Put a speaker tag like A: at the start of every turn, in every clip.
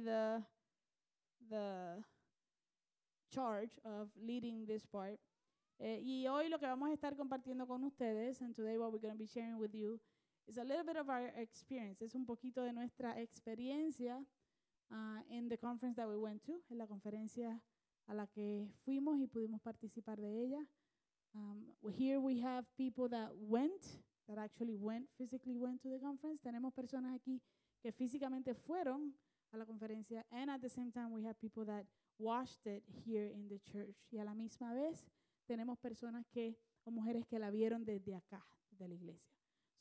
A: the the charge of leading this part. Eh, y hoy lo que vamos a estar compartiendo con ustedes, and today what we're going to be sharing with you, is a little bit of our experience. Es un poquito de nuestra experiencia uh, in the conference that we went to, en la conferencia a la que fuimos y pudimos participar de ella. Um, here we have people that went, that actually went, physically went to the conference. Tenemos personas aquí que físicamente fueron a la conferencia, and at the same time we have people that watched it here in the church. Y a la misma vez tenemos personas que o mujeres que la vieron desde acá, de la iglesia.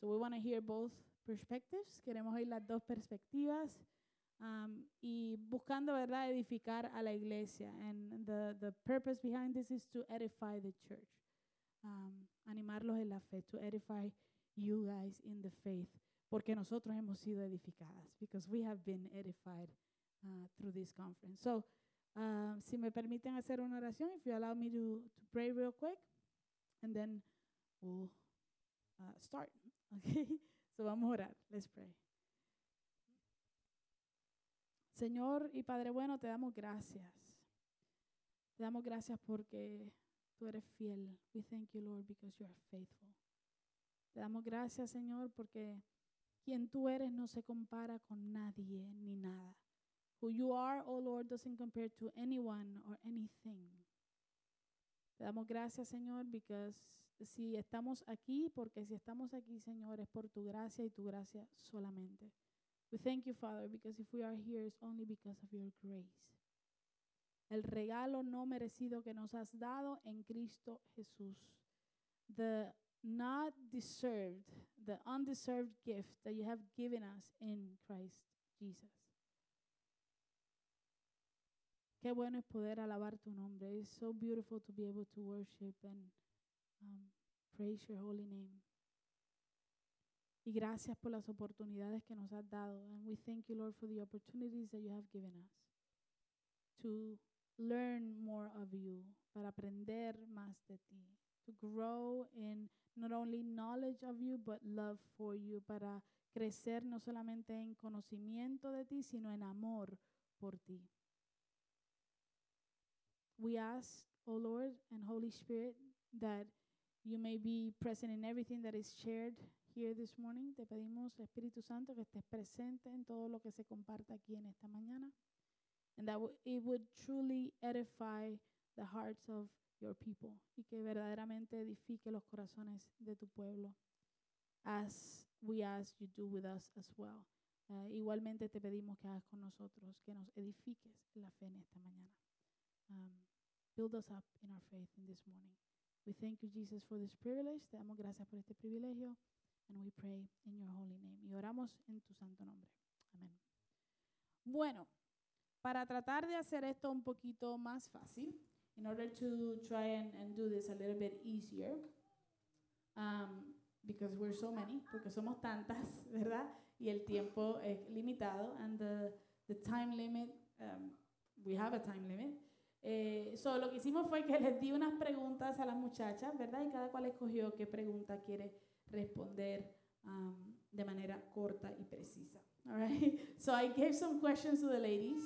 A: So we want to hear both perspectives. Queremos oír las dos perspectivas um, y buscando, ¿verdad?, edificar a la iglesia. And the, the purpose behind this is to edify the church. Um, animarlos en la fe, to edify you guys in the faith. Porque nosotros hemos sido edificadas, because we have been edified uh, through this conference. So, um, si me permiten hacer una oración, if you allow me to, to pray real quick, and then we'll uh, start. Okay, so vamos a orar. Let's pray. Señor y Padre bueno, te damos gracias. Te damos gracias porque tú eres fiel. We thank you, Lord, because you are faithful. Te damos gracias, Señor, porque quien tú eres no se compara con nadie ni nada. Who you are, oh Lord, doesn't compare to anyone or anything. Te damos gracias, Señor, because si estamos aquí, porque si estamos aquí, Señor, es por tu gracia y tu gracia solamente. We thank you, Father, because if we are here, it's only because of your grace. El regalo no merecido que nos has dado en Cristo Jesús. The not deserved, the undeserved gift that you have given us in Christ Jesus. Qué bueno es poder alabar tu nombre. It's so beautiful to be able to worship and um, praise your holy name. Y gracias por las oportunidades que nos has dado. And we thank you, Lord, for the opportunities that you have given us to learn more of you, para aprender más de ti, to grow in not only knowledge of you, but love for you, para crecer no solamente en conocimiento de ti, sino en amor por ti. We ask, O Lord and Holy Spirit, that you may be present in everything that is shared here this morning. Te pedimos, Espíritu Santo, que estés presente en todo lo que se comparta aquí en esta mañana. and that w- it would truly edify the hearts of your people y que verdaderamente edifique los corazones de tu pueblo as we ask you do with us as well. Eh, igualmente te pedimos que hagas con nosotros, que nos edifiques en la fe en esta mañana. Um, build us up in our faith in this morning. We thank you, Jesus, for this privilege. Te damos gracias por este privilegio. And we pray in your holy name. Y oramos en tu santo nombre. Amén. Bueno, para tratar de hacer esto un poquito más fácil, in order to try and, and do this a little bit easier, um, because we're so many, porque somos tantas, ¿verdad? Y el tiempo es limitado, and the, the time limit, um, we have a time limit. Eh, so, lo que hicimos fue que les di unas preguntas a las muchachas, ¿verdad? Y cada cual escogió qué pregunta quiere responder um, de manera corta y precisa. All right. So I gave some questions to the ladies,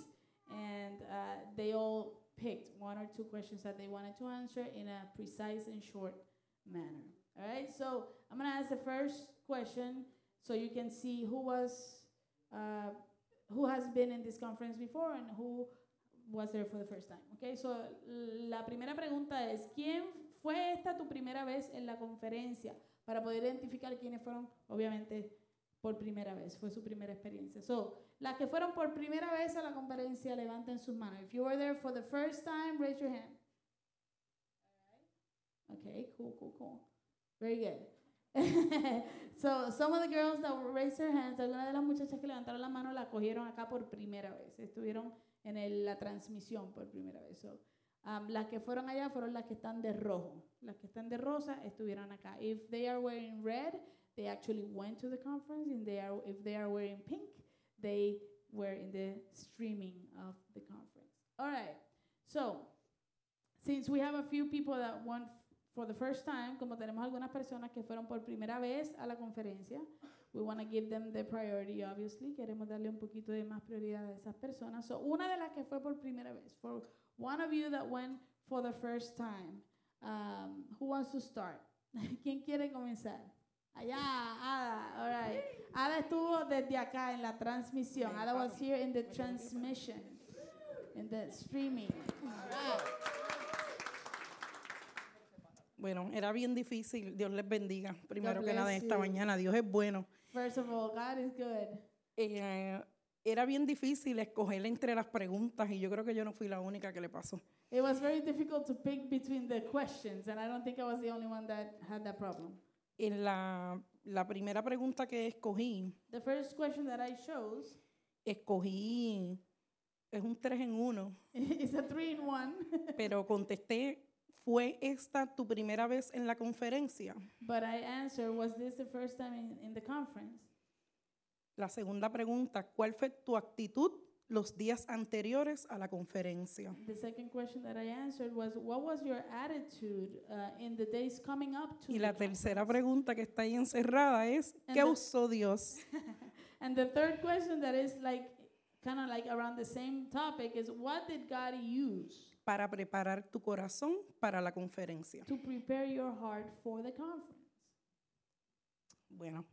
A: and uh, they all picked one or two questions that they wanted to answer in a precise and short manner. All right. So I'm gonna ask the first question, so you can see who was, uh, who has been in this conference before and who was there for the first time. Okay. So la primera pregunta es quién fue esta tu primera vez en la conferencia para poder identificar quiénes fueron, obviamente por primera vez, fue su primera experiencia. So, las que fueron por primera vez a la conferencia, levanten sus manos. If you were there for the first time, raise your hand. Okay, cool, cool, cool. Very good. so, some of the girls that raised their hands, algunas de las muchachas que levantaron la mano la cogieron acá por primera vez. Estuvieron en el- la transmisión por primera vez. So, um, las que fueron allá fueron las que están de rojo. Las que están de rosa estuvieron acá. If they are wearing red, they actually went to the conference and they are if they are wearing pink they were in the streaming of the conference all right so since we have a few people that went f- for the first time como tenemos algunas personas que fueron por primera vez a la conferencia We want to give them the priority, obviously. Queremos darle un poquito de más prioridad a esas personas. So, una de las que fue por primera vez, for one of you that went for the first time, um, who wants to start? ¿Quién quiere comenzar? Allá, Ada, all right. Ada estuvo desde acá en la transmisión. Ada was here in the transmission, in the streaming.
B: Bueno, era bien difícil. Dios les bendiga. Primero que nada, en
A: bless
B: esta
A: you.
B: mañana, Dios es bueno.
A: First of all, God is good.
B: Eh, era bien difícil escoger entre las preguntas y yo creo que yo no fui la única que le pasó.
A: It was very difficult to pick between the questions, and I don't think I was the only one that had that problem.
B: En la, la primera pregunta que escogí,
A: The first question that I chose
B: escogí, es un tres en uno,
A: is a three in one,
B: pero contesté, ¿fue esta tu primera vez en la conferencia?
A: but I answer was this the first time in, in the conference?
B: La segunda pregunta, ¿cuál fue tu actitud los días anteriores a la conferencia?
A: The second question that I answered was, what was your attitude uh, in the days coming up to
B: Y
A: the
B: la tercera
A: conference?"
B: pregunta que está ahí encerrada es, ¿qué
A: Ente-
B: usó Dios?
A: And the third question that is like, kind of like around the same topic is, what did God use
B: para preparar tu corazón para la conferencia.
A: to prepare your heart for the conference?
B: Bueno,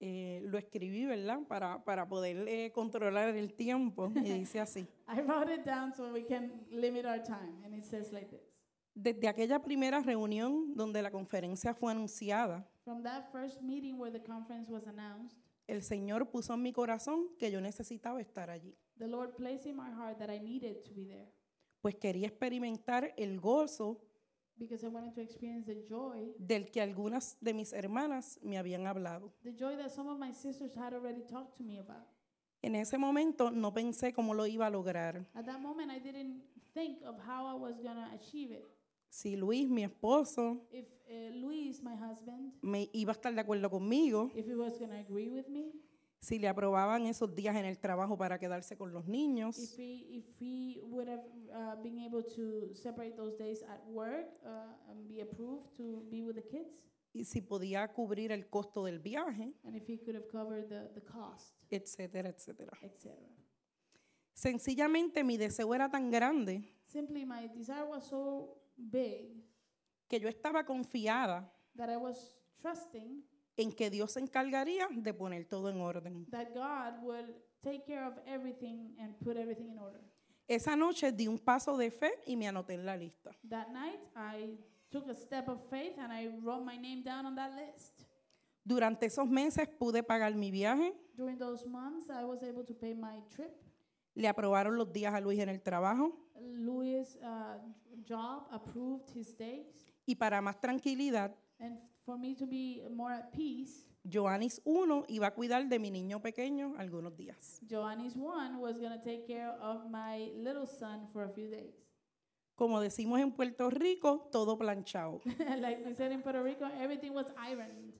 B: eh, lo escribí, ¿verdad? Para, para poder eh, controlar el tiempo. Y dice así.
A: I wrote it down so we can limit our time, and it says like this.
B: Desde aquella primera reunión donde la conferencia fue anunciada,
A: From that first meeting where the conference was announced,
B: el Señor puso en mi corazón que yo necesitaba estar allí,
A: the Lord placed in my heart that I needed to be there
B: pues quería experimentar el gozo
A: because I wanted to experience the joy,
B: del que algunas de mis hermanas me habían hablado.
A: the joy that some of my sisters had already talked to me about.
B: En ese momento no pensé cómo lo iba a lograr.
A: At that moment, I didn't think of how I was going to achieve it.
B: Si Luis, mi esposo,
A: If uh, Luis, my husband,
B: me iba a estar de acuerdo conmigo,
A: if he was going to agree with me,
B: si le aprobaban esos días en el trabajo para quedarse con los
A: if
B: niños,
A: he, if he would have uh, been able to separate those days at work uh, and be approved to be with the kids,
B: y si podía cubrir el costo del viaje,
A: and if he could have covered the, the cost,
B: etcétera, etcétera.
A: etc.
B: Sencillamente mi deseo era tan grande
A: Simply, my desire was so big
B: que yo estaba confiada
A: that I was trusting
B: en que Dios se encargaría de poner todo en orden.
A: that God would take care of everything and put everything in order.
B: Esa noche di un paso de fe y me anoté en la lista.
A: That night, I took a step of faith and I wrote my name down on that list.
B: Durante esos meses pude pagar mi viaje,
A: During those months, I was able to pay my trip.
B: le aprobaron los días a Luis en el trabajo
A: Louis' uh, job approved his days.
B: y para más tranquilidad,
A: And for me to be more at peace,
B: Joannis 1 iba a cuidar de mi niño pequeño algunos días.
A: Joanny's one was going to take care of my little son for a few days.
B: Como decimos en Puerto Rico, todo planchado.
A: like we said in Puerto Rico, everything was ironed.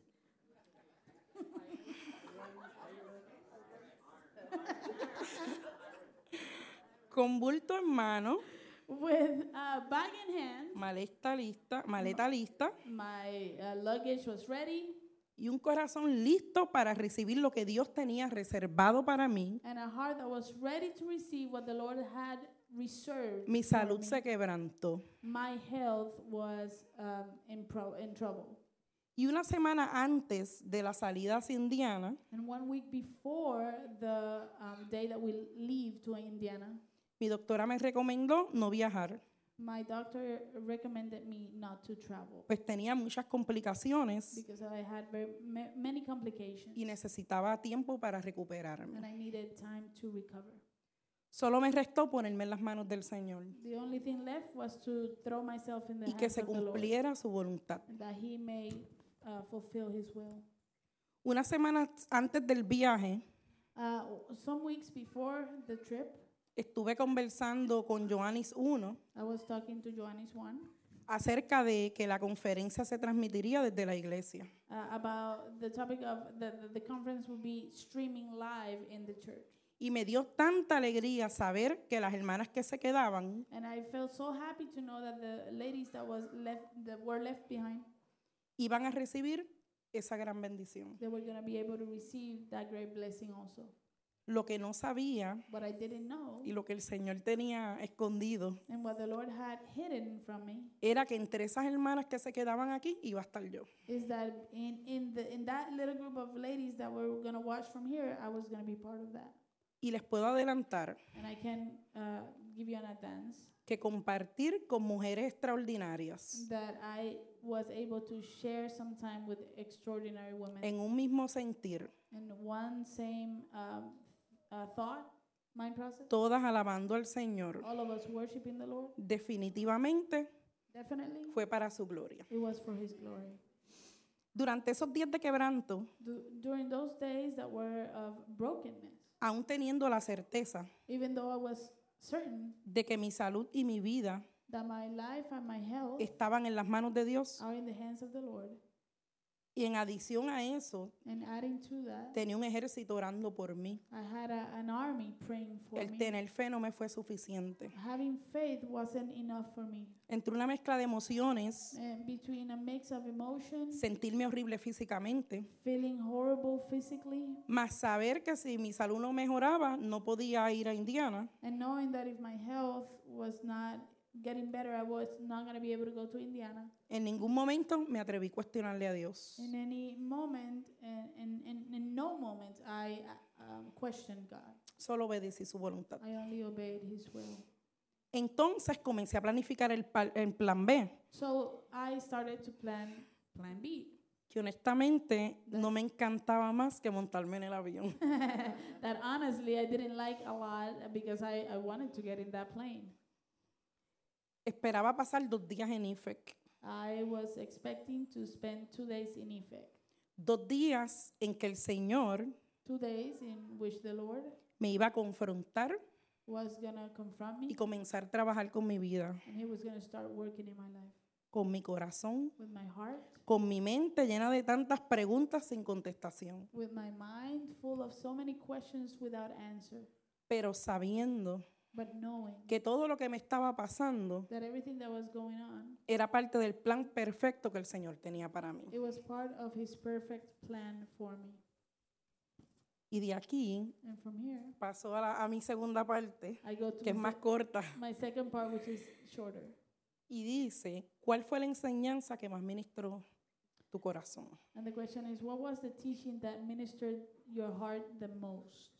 B: Con bulto en mano,
A: With uh, bag in hand,
B: maleta lista, maleta lista
A: my uh, luggage was ready
B: y un corazón listo para recibir lo que Dios tenía reservado para mí,
A: and a heart that was ready to receive what the Lord had reserved.
B: mi
A: for
B: salud
A: me.
B: se quebrantó.
A: My health was um, in, pro- in trouble.
B: Y una semana antes de la salida hacia Indiana,
A: And one week before the um, day that we leave to Indiana,
B: mi doctora me recomendó no viajar,
A: my doctor recommended me not to travel
B: pues tenía muchas complicaciones
A: because I had very, ma- many complications
B: y necesitaba tiempo para recuperarme.
A: and I needed time to recover.
B: Solo me restó ponerme en las manos del Señor
A: The only thing left was to throw myself in the
B: y que
A: hands
B: se
A: of the Lord.
B: cumpliera su voluntad.
A: and that he may uh, fulfill his will.
B: Unas semanas antes del viaje,
A: Uh, some weeks before the trip,
B: estuve conversando con Joannis 1
A: I was talking to Johannes one
B: acerca de que la conferencia se transmitiría desde la iglesia.
A: uh, about the topic of the, the, the conference will be streaming live in the church.
B: Y me dio tanta alegría saber que las hermanas que se quedaban
A: And I felt so happy to know that the ladies that was left that were left behind
B: iban a recibir esa gran bendición.
A: they were going to be able to receive that great blessing also.
B: Lo que no sabía
A: What I didn't know
B: y lo que el Señor tenía escondido
A: and what the Lord had hidden from me
B: era que entre esas hermanas que se quedaban aquí iba a estar yo.
A: is that in, in, the, in that little group of ladies that were going to watch from here, I was going to be part of that.
B: Y les puedo adelantar
A: And I can uh, give you an advance
B: que compartir con mujeres extraordinarias
A: that I was able to share some time with extraordinary women
B: en un mismo sentir,
A: in one same um, uh, thought, mind process.
B: todas alabando al Señor,
A: All of us worshiping the Lord,
B: definitivamente
A: definitely.
B: fue para su gloria.
A: It was for His glory.
B: Durante esos días de quebranto,
A: Du- during those days that were of brokenness,
B: aún teniendo la certeza
A: even though I was certain
B: de que mi salud y mi vida
A: that my life and my health
B: estaban en las manos de Dios,
A: are in the hands of the Lord,
B: y en adición a eso,
A: and adding to that,
B: tenía un ejército orando por mí.
A: I had a, an army praying for
B: El
A: me.
B: tener fe no me fue suficiente.
A: Having faith wasn't enough for me.
B: Entre una mezcla de emociones,
A: And between a mix of emotions,
B: sentirme horrible físicamente,
A: feeling horrible physically,
B: más saber que si mi salud no mejoraba, no podía ir a Indiana,
A: and knowing that if my health was not getting better, I was not going to be able to go to Indiana.
B: en ningún momento me atreví a cuestionarle a Dios.
A: In any moment, and in, in, in no moment, I uh, um, questioned God.
B: Solo obedecí su voluntad.
A: I only obeyed His will.
B: Entonces comencé a planificar el, pal- el plan B,
A: So I started to plan Plan B.
B: que honestamente no me encantaba más que montarme en el avión.
A: that honestly, I didn't like a lot because I, I wanted to get in that plane.
B: Esperaba pasar dos días en IFEC,
A: I was expecting to spend two days in Ife.
B: dos días en que el Señor
A: two days in which the Lord
B: me iba a confrontar
A: was going to confront me
B: y comenzar a trabajar con mi vida,
A: and he was going to start working in my life
B: con mi corazón,
A: with my heart,
B: con mi mente llena de tantas preguntas sin contestación,
A: with my mind full of so many questions without answer,
B: pero sabiendo
A: but knowing
B: que todo lo que me estaba pasando
A: that everything that was going on
B: era parte del plan perfecto que el Señor tenía para mí.
A: it was part of his perfect plan for me.
B: Y de aquí
A: And from here,
B: paso a, la- a mi segunda parte,
A: I go to
B: que es
A: my,
B: más
A: sec-
B: corta,
A: my second part which is shorter.
B: y dice, ¿cuál fue la enseñanza que más ministró tu corazón?
A: And the question is what was the teaching that ministered your heart the most?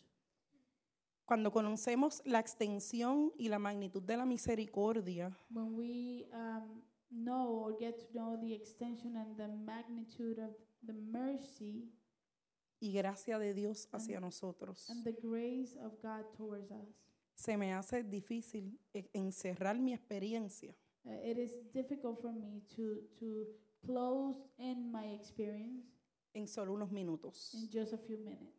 B: Cuando conocemos la extensión y la magnitud de la misericordia
A: when we um, know or get to know the extension and the magnitude of the mercy
B: y gracia de Dios hacia nosotros,
A: and the grace of God towards us,
B: se me hace difícil eh, encerrar mi experiencia
A: uh, it is difficult for me to to close in my experience
B: en solo unos minutos.
A: in just a few minutes.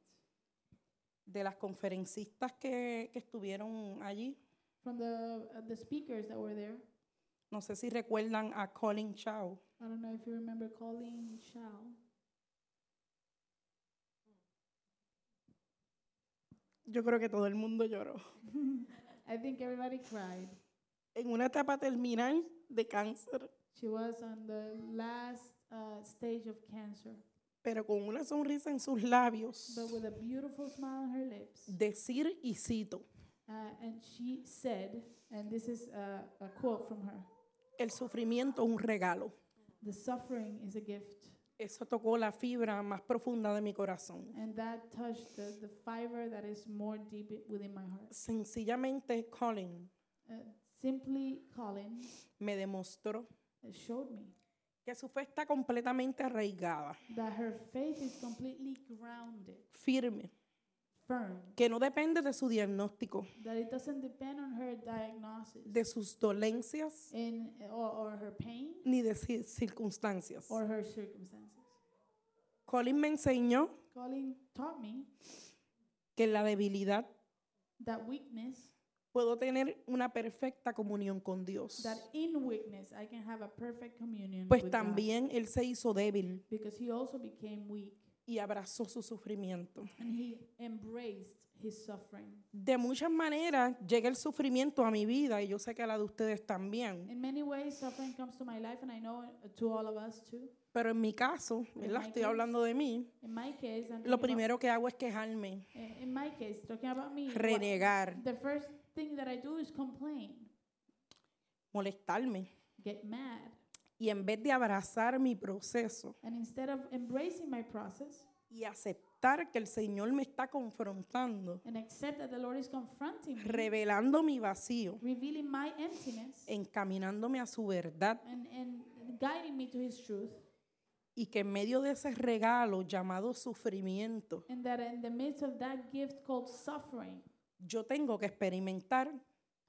B: De las conferencistas que, que estuvieron allí,
A: From the uh, the speakers that were there,
B: no sé si recuerdan a Colin Chao.
A: I don't know if you remember Colleen Shaw.
B: Yo creo que todo el mundo lloró.
A: I think everybody cried.
B: En una etapa terminal de cáncer,
A: She was on the last uh, stage of cancer,
B: pero con una sonrisa en sus labios,
A: but with a beautiful smile on her lips.
B: decir y cito,
A: Uh, and she said, and this is a, a quote from her
B: el sufrimiento es un regalo.
A: The suffering is a gift.
B: Eso tocó la fibra más profunda de mi corazón.
A: And that touched the, the fiber that is more deep i- within my heart.
B: Sencillamente Colin
A: Uh, simply Colin
B: me demostró
A: showed me
B: que su fe está completamente arraigada,
A: that her faith is completely grounded,
B: firme,
A: firm,
B: que no depende de su diagnóstico,
A: that it doesn't depend on her diagnosis
B: de sus dolencias
A: in, or, or her pain
B: ni de ci- circunstancias.
A: or her circumstances.
B: Colin me enseñó
A: Colin taught me
B: que en la debilidad
A: that weakness,
B: puedo tener una perfecta comunión con Dios.
A: that in weakness I can have a perfect communion
B: Pues
A: with God.
B: también él se hizo débil
A: because he also became weak
B: y abrazó su sufrimiento.
A: and he embraced his suffering.
B: De muchas maneras llega el sufrimiento a mi vida y yo sé que a la de ustedes también.
A: In many ways, suffering comes to my life, and I know it to all of us too.
B: Pero en mi caso, ¿verdad?
A: my
B: Estoy
A: case,
B: hablando de mí.
A: In my case, I'm
B: Lo
A: talking about-
B: primero que hago es quejarme,
A: eh, in my case, talking about me, what-
B: renegar,
A: the first thing that I do is complain,
B: molestarme.
A: get mad,
B: Y en vez de abrazar mi proceso
A: and instead of embracing my process
B: y aceptar que el Señor me está confrontando,
A: and accept that the Lord is confronting me,
B: revelando mi vacío,
A: revealing my emptiness,
B: encaminándome a su verdad
A: and, and guiding me to His truth,
B: y que en medio de ese regalo llamado sufrimiento,
A: and that in the midst of that gift called suffering,
B: yo tengo que experimentar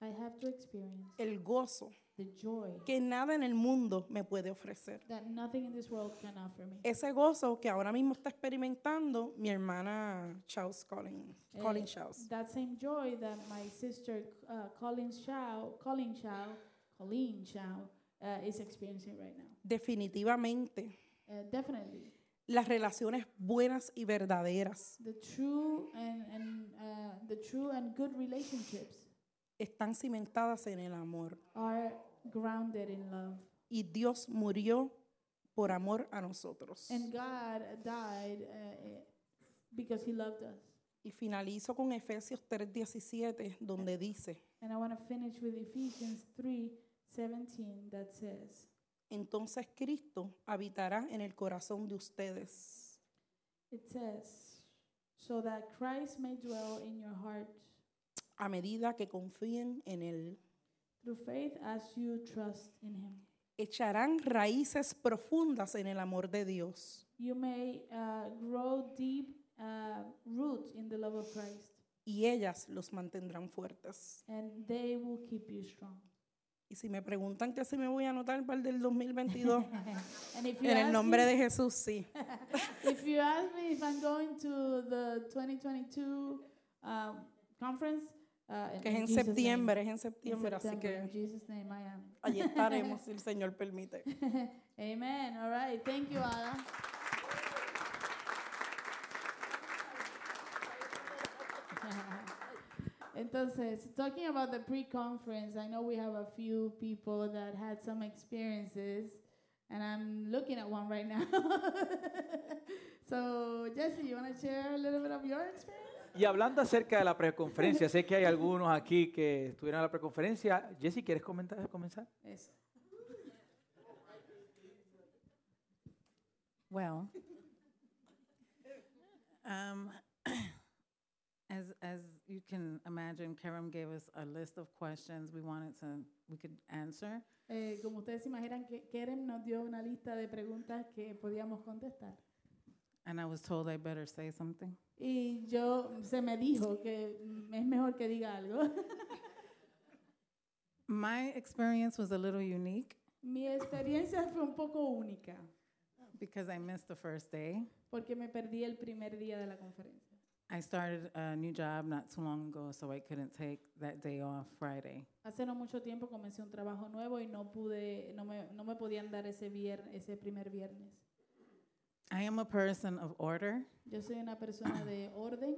A: I have to experience
B: el gozo
A: the joy
B: que nada en el mundo me puede ofrecer.
A: that nothing in this world can offer me.
B: Ese gozo que ahora mismo está experimentando mi hermana Charles Collins.
A: Eh,
B: Collins Charles.
A: That same joy that my sister uh, Colleen Chow, Colleen Chow, Colleen Chow uh, is experiencing right now.
B: Definitivamente,
A: Uh, definitely,
B: las relaciones buenas y verdaderas
A: the true and, and uh, the true and good relationships
B: están cimentadas en el amor.
A: are grounded in love.
B: Y Dios murió por amor a nosotros.
A: And God died uh, eh, because He loved us.
B: Y finalizo con Efesios 3:17, donde dice,
A: And I want to finish with Ephesians three seventeen that says,
B: entonces Cristo habitará en el corazón de ustedes.
A: It says, so that Christ may dwell in your heart.
B: a medida que confíen en Él.
A: through faith as you trust in him.
B: Echarán raíces profundas en el amor de Dios
A: You may uh, grow deep uh, roots in the love of Christ,
B: y ellas los mantendrán fuertes.
A: and they will keep you strong.
B: Y si me preguntan que si me voy a anotar para el del 2022,
A: And if you,
B: en el
A: ask
B: nombre
A: me,
B: de Jesús, sí.
A: if you ask me if I'm going to the 2022 um, conference, uh, in-
B: Que es
A: in
B: en
A: Jesus' name.
B: septiembre, es en
A: In
B: septiembre, así
A: September, in
B: que
A: Jesus' name I am.
B: allí estaremos si el Señor permite.
A: Amen. All right. Thank you, Adam. Entonces, talking about the pre-conference, I know we have a few people that had some experiences, and I'm looking at one right now. so, Jesse, you want to share a little bit of your experience?
C: Y hablando acerca de la preconferencia, sé que hay algunos aquí que estuvieron en la preconferencia. Jesse, ¿quieres comentar, comenzar?
A: Eso.
D: Well, um, as as you can imagine, Karam gave us a list of questions we wanted to we could answer,
A: Eh, como ustedes se imaginan, que Kerem nos dio una lista de preguntas que podíamos contestar.
D: and I was told I better say something.
A: Y yo se me dijo que mm, es mejor que diga algo.
D: My experience was a little unique
A: Mi experiencia fue un poco única
D: because I missed the first day.
A: porque me perdí el primer día de la conferencia.
D: I started a new job not too long ago, so I couldn't take that day off Friday.
A: Hace no mucho tiempo comencé un trabajo nuevo y no pude, no me, no me podían dar ese, vier- ese primer viernes.
D: I am a person of order,
A: Yo soy una persona de orden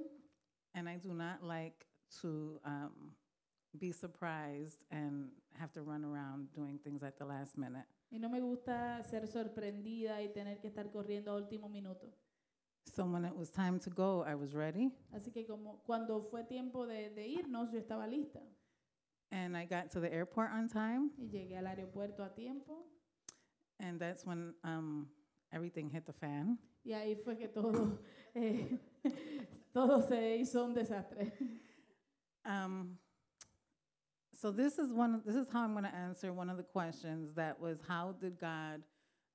D: and I do not like to um, be surprised and have to run around doing things at the last minute.
A: y no me gusta ser sorprendida y tener que estar corriendo a último minuto.
D: So when it was time to go, I was ready,
A: Así que como cuando fue tiempo de, de irnos, yo estaba lista
D: and I got to the airport on time,
A: y llegué al aeropuerto a tiempo
D: and that's when um, everything hit the fan.
A: y ahí fue que todo, eh, todo se hizo un desastre.
D: Um, so this is one. This is how I'm going to answer one of the questions that was, how did God?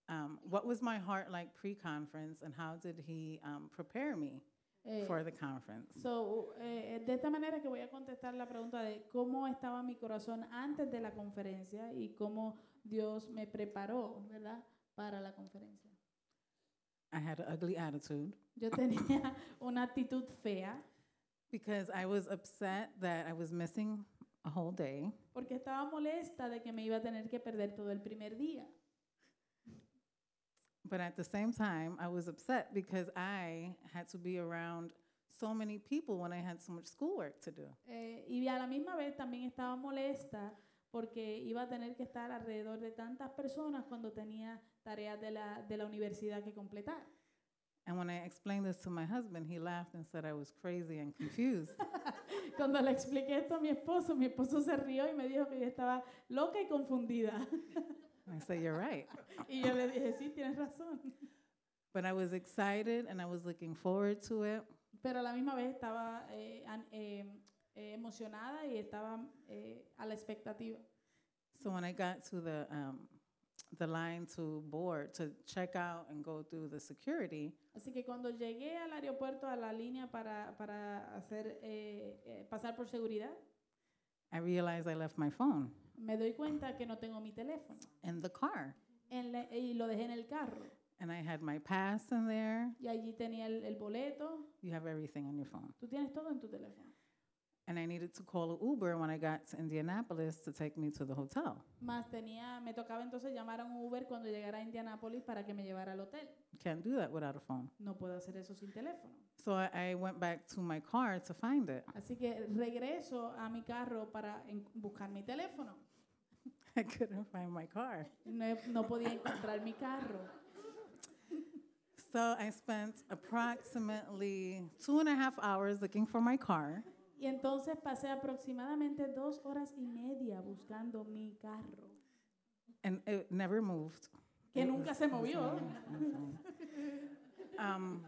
D: Um, what was my heart like pre-conference, and how did He um, prepare me
A: Eh,
D: for the conference?
A: So, eh, de esta manera que voy a contestar la pregunta de cómo estaba mi corazón antes de la conferencia y cómo Dios me preparó, ¿verdad? Para la conferencia.
D: I had an ugly attitude
A: Yo tenía una actitud fea
D: because I was upset that I was missing a whole day.
A: porque estaba molesta de que me iba a tener que perder todo el primer día.
D: But at the same time, I was upset because I had to be around so many people when I had so much schoolwork to do.
A: Eh, y a la misma vez también estaba molesta porque iba a tener que estar alrededor de tantas personas cuando tenía tareas de la, de la universidad que completar.
D: And when I explained this to my husband, he laughed and said I was crazy and confused.
A: Cuando le expliqué esto a mi esposo, mi esposo se rió y me dijo que yo estaba loca y confundida.
D: and I said, You're right.
A: Y yo le dije, sí, tienes razón.
D: But I was excited and I was looking forward to it.
A: Pero a la misma vez estaba eh, an- eh, eh, emocionada y estaba eh, a la expectativa.
D: So when I got to the um, the line to board to check out and go through the security,
A: Así que cuando llegué al aeropuerto, a la línea para, para hacer, eh, eh, pasar por seguridad,
D: I realized I left my phone
A: me doy cuenta que no tengo mi teléfono
D: in the car,
A: En la- y lo dejé en el carro.
D: and I had my pass in there.
A: Y allí tenía el, el boleto.
D: You have everything on your phone,
A: Tú tienes todo en tu teléfono.
D: and I needed to call an Uber when I got to Indianapolis to take me to the hotel.
A: Más tenía, me tocaba entonces llamar a un Uber cuando llegara a Indianápolis para que me llevara al hotel.
D: Can't do that without a phone.
A: No puedo hacer eso sin teléfono.
D: So I, I went back to my car to find it.
A: Así que regreso a mi carro para en- buscar mi teléfono.
D: I couldn't find my car.
A: No, he- no podía encontrar mi carro.
D: So I spent approximately two and a half hours looking for my car.
A: Y entonces pasé aproximadamente dos horas y media buscando mi carro,
D: and it never moved.
A: que
D: It
A: nunca
D: was-
A: se
D: it was
A: movió.
D: amazing, amazing. um,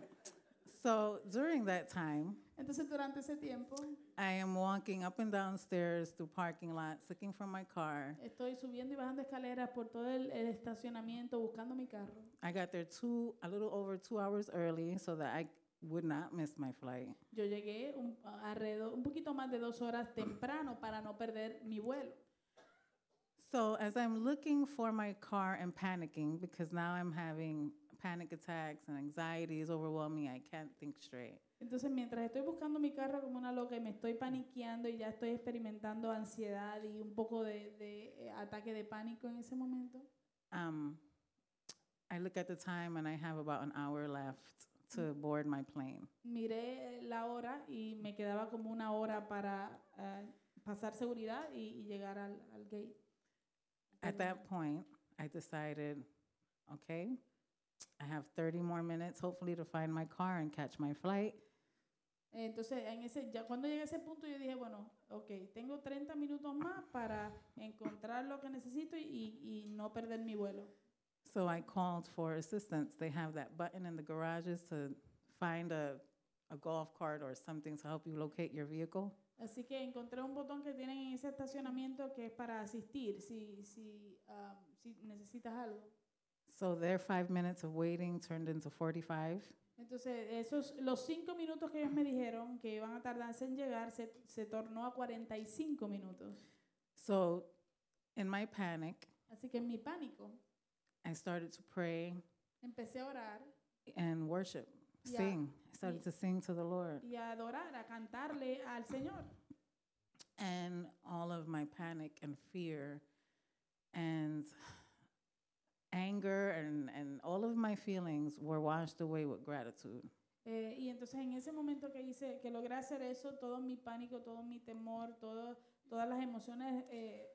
D: so during that time,
A: Entonces durante ese tiempo
D: I am walking up and down stairs through parking lots looking for my car.
A: estoy subiendo y bajando escaleras por todo el, el estacionamiento buscando mi carro.
D: I got there two, a little over two hours early, so that I would not miss my flight.
A: Yo llegué un, a- alrededor, un poquito más de dos horas temprano para no perder mi vuelo.
D: So as I'm looking for my car and panicking because now I'm having panic attacks and anxiety is overwhelming. I can't think straight.
A: Entonces mientras estoy buscando mi carro como una loca y me estoy paniqueando y ya estoy experimentando ansiedad y un poco de, de, eh, ataque de pánico en ese momento,
D: um, I look at the time and I have about an hour left to board my plane.
A: miré la hora y me quedaba como una hora para eh, pasar seguridad y, y llegar al, al gate.
D: At that point, I decided, okay, I have 30 more minutes, hopefully, to find my car and catch my flight.
A: Entonces, en ese, ya cuando llegué a ese punto, yo dije, bueno, ok, tengo 30 minutos más para encontrar lo que necesito y, y no perder mi vuelo.
D: So I called for assistance. They have that button in the garages to find a, a golf cart or something to help you locate your vehicle.
A: Así que encontré un botón que tienen en ese estacionamiento que es para asistir si, si, ah, si necesitas algo.
D: So their five minutes of waiting turned into 45.
A: Entonces, esos, los cinco minutos que ellos me dijeron que iban a tardarse en llegar se, se tornó a 45 minutos.
D: So in my panic,
A: Así que en mi pánico
D: I started to pray
A: empecé a orar
D: and worship,
A: Yeah.
D: sing. I started to sing to the Lord.
A: y a adorar, a cantarle al Señor.
D: And all of my panic and fear and anger and, and all of my feelings were washed away with gratitude.
A: Eh, y entonces en ese momento que hice, que logré hacer eso, todo mi pánico, todo mi temor, todo, todas las emociones eh,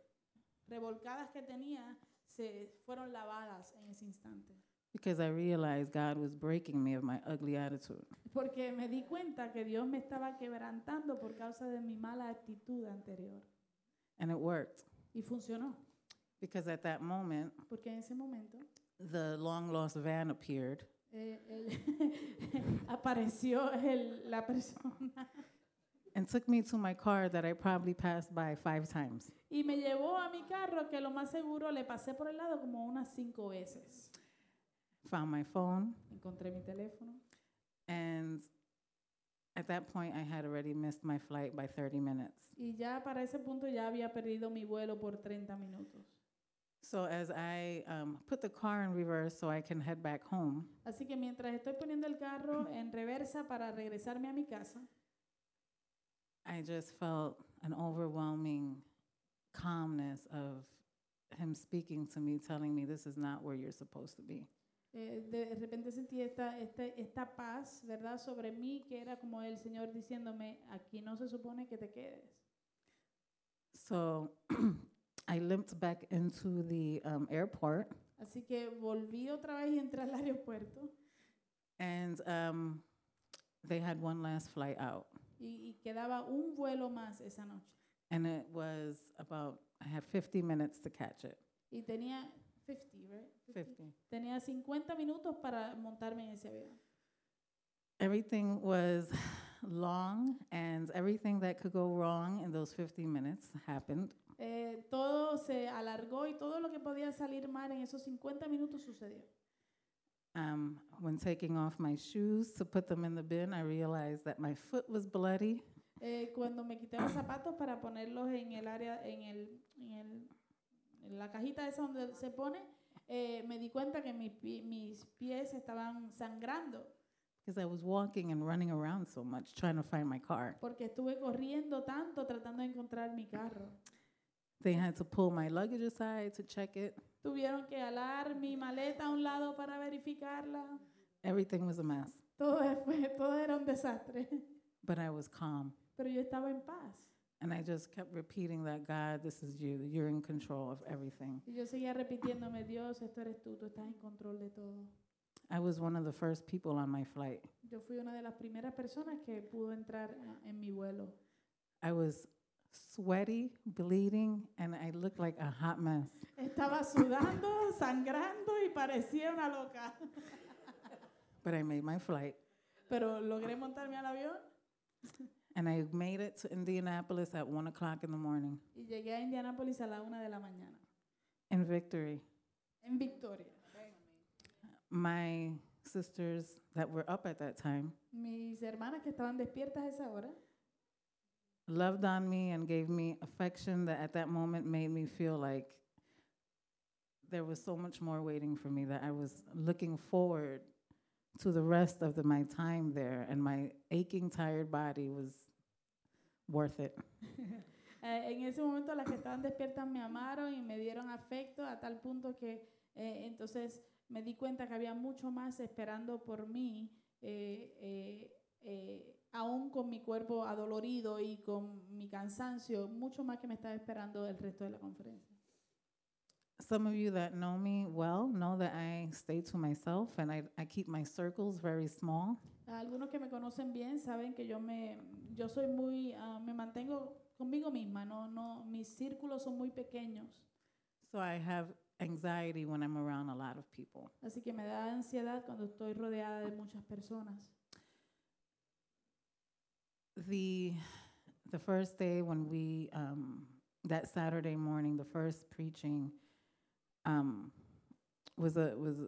A: revolcadas que tenía se fueron lavadas en ese instante.
D: Because I realized God was breaking me of my ugly attitude.
A: Porque me di cuenta que Dios me estaba quebrantando por causa de mi mala actitud anterior.
D: And it worked.
A: Y funcionó,
D: Because at that moment,
A: porque en ese momento
D: the long lost van appeared
A: eh, el- apareció el- la persona
D: and took me to my car that I probably passed by five times.
A: y me llevó a mi carro que lo más seguro le pasé por el lado como unas cinco veces.
D: Found my phone,
A: Encontré mi teléfono.
D: and at that point, I had already missed my flight by 30 minutes.
A: Y ya para ese punto ya había perdido mi vuelo por 30 minutos.
D: So as I um, put the car in reverse so I can head back home,
A: Así que mientras estoy poniendo el carro en reversa para regresarme a mi casa,
D: I just felt an overwhelming calmness of him speaking to me, telling me this is not where you're supposed to be.
A: eh, de repente sentí esta, este- esta paz, ¿verdad?, sobre mí, que era como el Señor diciéndome, aquí no se supone que te quedes.
D: So I limped back into the um, airport
A: Así que volví otra vez y entré al aeropuerto
D: and um, they had one last flight out.
A: y, y quedaba un vuelo más esa noche.
D: And it was about, I had 50 minutes to catch it.
A: Y tenía 50, right?
D: 50.
A: Tenía 50 minutos para montarme en ese avión.
D: Everything was long, and everything that could go wrong in those 50 minutes happened.
A: Eh, todo se alargó y todo lo que podía salir mal en esos 50 minutos sucedió.
D: Um, when taking off my shoes to put them in the bin, I realized that my foot was bloody.
A: Eh, cuando me quité los zapatos para ponerlos en el área, en, el, en, el- en la cajita esa donde se pone, eh, me di cuenta que mis pi- mis pies estaban sangrando
D: Because I was walking and running around so much trying to find my car.
A: porque estuve corriendo tanto tratando de encontrar mi carro.
D: They had to pull my luggage aside to check it.
A: Tuvieron que alar mi maleta a un lado para verificarla.
D: Everything was a mess,
A: Todo, fue, todo era un desastre.
D: but I was calm.
A: Pero yo estaba en paz.
D: And I just kept repeating that God, this is you. You're in control of everything.
A: Y yo seguía repitiéndome, Dios, esto eres tú, tú estás en control de todo.
D: I was one of the first people on my flight.
A: Yo fui una de las primeras personas que pudo entrar a- en mi vuelo.
D: I was sweaty, bleeding, and I looked like a hot mess.
A: Estaba sudando, sangrando y parecía una loca.
D: But I made my flight.
A: Pero logré montarme al avión
D: And I made it to Indianapolis at one o'clock in the morning
A: y llegué a Indianápolis a la una de la mañana,
D: in victory.
A: en Victoria.
D: My sisters that were up at that time
A: Mis hermanas que estaban despiertas a esa hora
D: loved on me and gave me affection that at that moment made me feel like there was so much more waiting for me that I was looking forward to the rest of the, my time there and my aching tired body was worth it.
A: Eh, en ese momento las que estaban despiertas me amaron y me dieron afecto a tal punto que eh, entonces me di cuenta que había mucho más esperando por mí, eh, eh, eh, aún con mi cuerpo adolorido y con mi cansancio, mucho más que me estaba esperando el resto de la conferencia.
D: Some of you that know me well know that I stay to myself and I, I keep my circles very small.
A: Algunos que me conocen bien saben que yo me, yo soy muy, ah, me mantengo conmigo misma, no, no, mis círculos son muy pequeños,
D: So I have anxiety when I'm around a lot of people.
A: así que me da ansiedad cuando estoy rodeada de muchas personas.
D: The the first day when we um, that Saturday morning, the first preaching um, was a was a,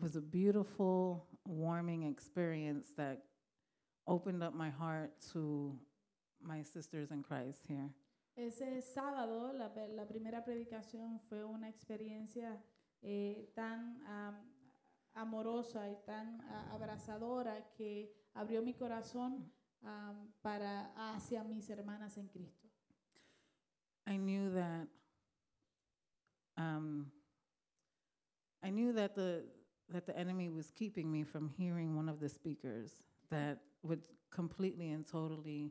D: was a beautiful, warming experience that opened up my heart to my sisters in Christ here.
A: Ese sábado, la, pe- la primera predicación fue una experiencia eh, tan am, amorosa y tan a- abrazadora que abrió mi corazón am, para hacia mis hermanas en Cristo.
D: I knew that um, I knew that the that the enemy was keeping me from hearing one of the speakers that would completely and totally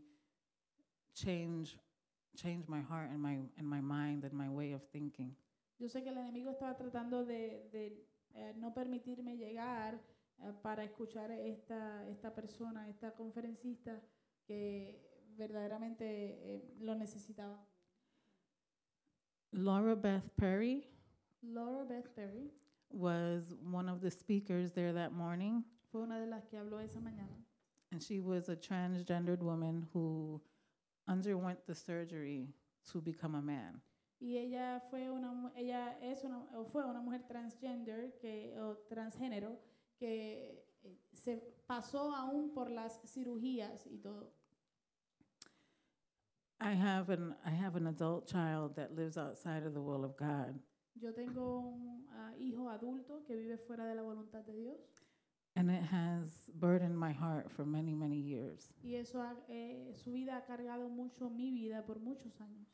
D: change change my heart and my and my mind and my way of thinking.
A: Yo sé que el enemigo estaba tratando de, de, eh, no permitirme llegar eh, para escuchar esta, esta persona, esta conferencista que verdaderamente eh, lo necesitaba.
D: Laura Beth Perry
A: Laura Beth Perry
D: was one of the speakers there that morning
A: fue una de las que habló esa mañana.
D: and she was a transgendered woman who underwent the surgery to become a man.
A: Y ella fue una mu- ella es una o fue una mujer transgender que o transgénero que eh, se pasó aún por las cirugías y todo.
D: I have an I have an adult child that lives outside of the will of God,
A: Yo tengo un ah, hijo adulto que vive fuera de la voluntad de Dios
D: and it has burdened my heart for many many years.
A: y eso ha- eh, su vida ha cargado mucho mi vida por muchos años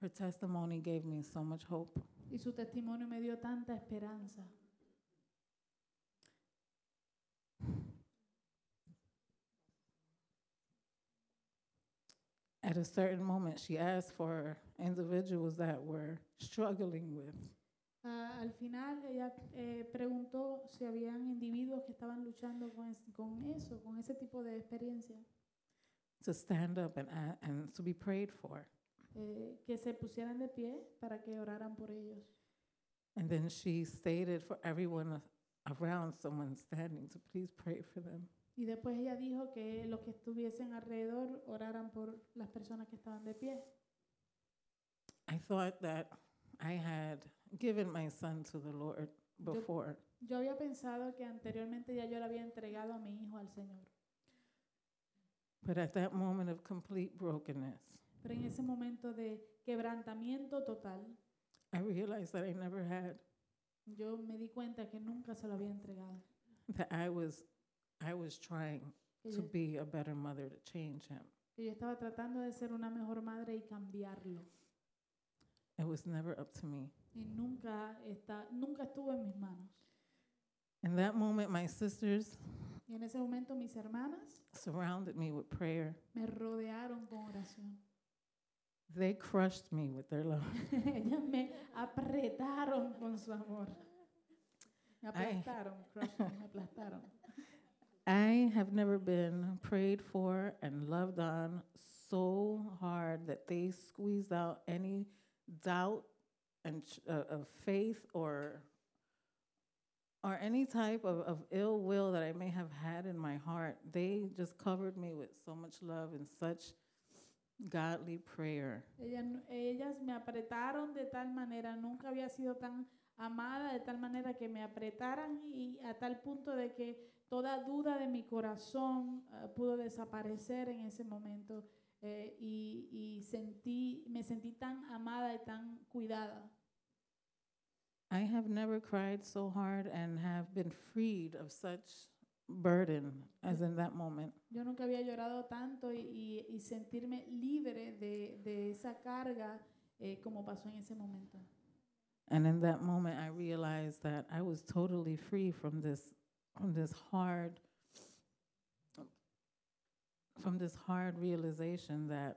D: Her testimony gave me so much hope.
A: y su testimonio me dio tanta esperanza.
D: At a certain moment, she asked for individuals that were struggling with
A: Ah, al final ella eh, preguntó si habían individuos que estaban luchando con, es- con eso, con ese tipo de experiencia,
D: to stand up and, a- and to be prayed for.
A: eh, que se pusieran de pie para que oraran por ellos.
D: And then she stated for everyone around someone standing to please pray for them.
A: Y después ella dijo que los que estuviesen alrededor oraran por las personas que estaban de pie.
D: I thought that I had given my son to the Lord before,
A: Yo había pensado que anteriormente ya yo le había entregado a mi hijo al Señor,
D: but at that moment of complete brokenness,
A: pero en ese momento de quebrantamiento total,
D: I realized that I never had,
A: yo me di cuenta que nunca se lo había entregado.
D: that I was, I was trying
A: Que
D: to
A: yo,
D: be a better mother to change him.
A: que yo estaba tratando de ser una mejor madre y cambiarlo.
D: It was never up to me.
A: y nunca está, nunca estuvo en mis manos.
D: In that moment, my sisters
A: Y en ese momento mis hermanas
D: surrounded me with prayer.
A: me rodearon con oración.
D: They crushed me with their love.
A: Ellas me apretaron con su amor. Me
D: Ay.
A: aplastaron, crushed me, me aplastaron.
D: I have never been prayed for and loved on so hard that they squeezed out any doubt and ch- uh, of faith or or any type of, of ill will that I may have had in my heart. They just covered me with so much love and such godly prayer.
A: Ellas, nu- ellas me apretaron de tal manera, nunca había sido tan amada de tal manera que me apretaran y a tal punto de que toda duda de mi corazón eh, pudo desaparecer en ese momento eh, y, y sentí, me sentí tan amada y tan cuidada.
D: I have never cried so hard and have been freed of such burden as in that moment.
A: Yo nunca había llorado tanto y, y- y sentirme libre de, de esa carga eh, como pasó en ese momento.
D: And in that moment, I realized that I was totally free from this, from this hard, from this hard realization that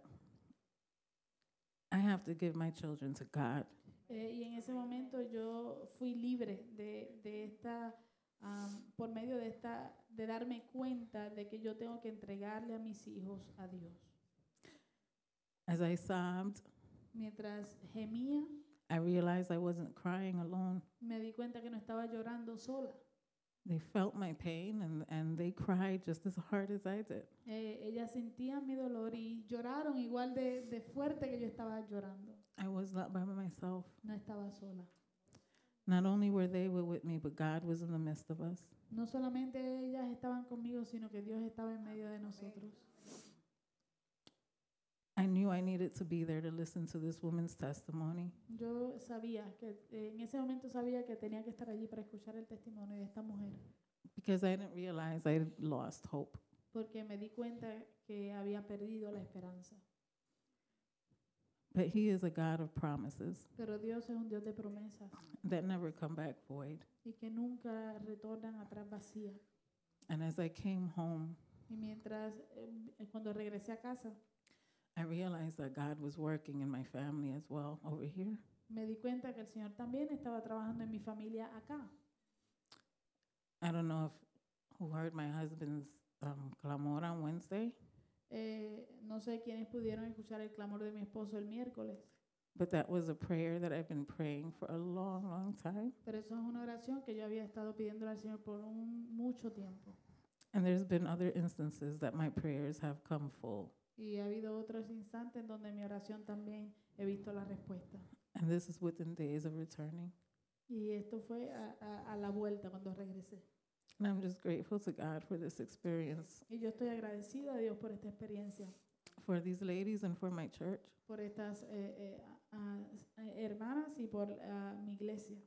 D: I have to give my children to God.
A: Eh, y en ese momento yo fui libre de, de esta, am, por medio de esta, de darme cuenta de que yo tengo que entregarle a mis hijos a Dios.
D: As I sobbed,
A: Mientras gemía,
D: I realized I wasn't crying alone.
A: me di cuenta que no estaba llorando sola.
D: They felt my pain and, and they cried just as hard as I did.
A: Eh, ellas sentían mi dolor y lloraron igual de, de fuerte que yo estaba llorando.
D: I was not by myself.
A: No estaba sola.
D: Not only were they were with me, but God was in the midst of us.
A: No solamente ellas estaban conmigo, sino que Dios estaba en medio de nosotros.
D: I knew I needed to be there to listen to this woman's testimony.
A: Yo sabía que eh, en ese momento sabía que tenía que estar allí para escuchar el testimonio de esta mujer,
D: because I didn't realize I had lost hope.
A: porque me di cuenta que había perdido la esperanza.
D: But He is a God of promises
A: Pero Dios es un Dios de promesas
D: that never come back void.
A: y que nunca retornan atrás vacía.
D: And as I came home,
A: Y mientras, eh, cuando regresé a casa,
D: I realized that God was working in my family as well over here.
A: me di cuenta que el Señor también estaba trabajando en mi familia acá.
D: I don't know if who heard my husband's um, clamor on Wednesday,
A: Eh, no sé quiénes pudieron escuchar el clamor de mi esposo el miércoles.
D: but that was a prayer that I've been praying for a long, long time.
A: Pero eso es una oración que yo había estado pidiéndole al Señor por un, mucho tiempo.
D: And there's been other instances that my prayers have come full.
A: Y ha habido otros instantes en donde mi oración también he visto la respuesta.
D: And this is within days of returning.
A: Y esto fue a, a- a la vuelta cuando regresé.
D: And I'm just grateful to God for this experience,
A: Y yo estoy agradecida a Dios por esta experiencia,
D: for these ladies, and for my church.
A: por estas eh, eh, a- a- eh, hermanas y por ah, mi iglesia.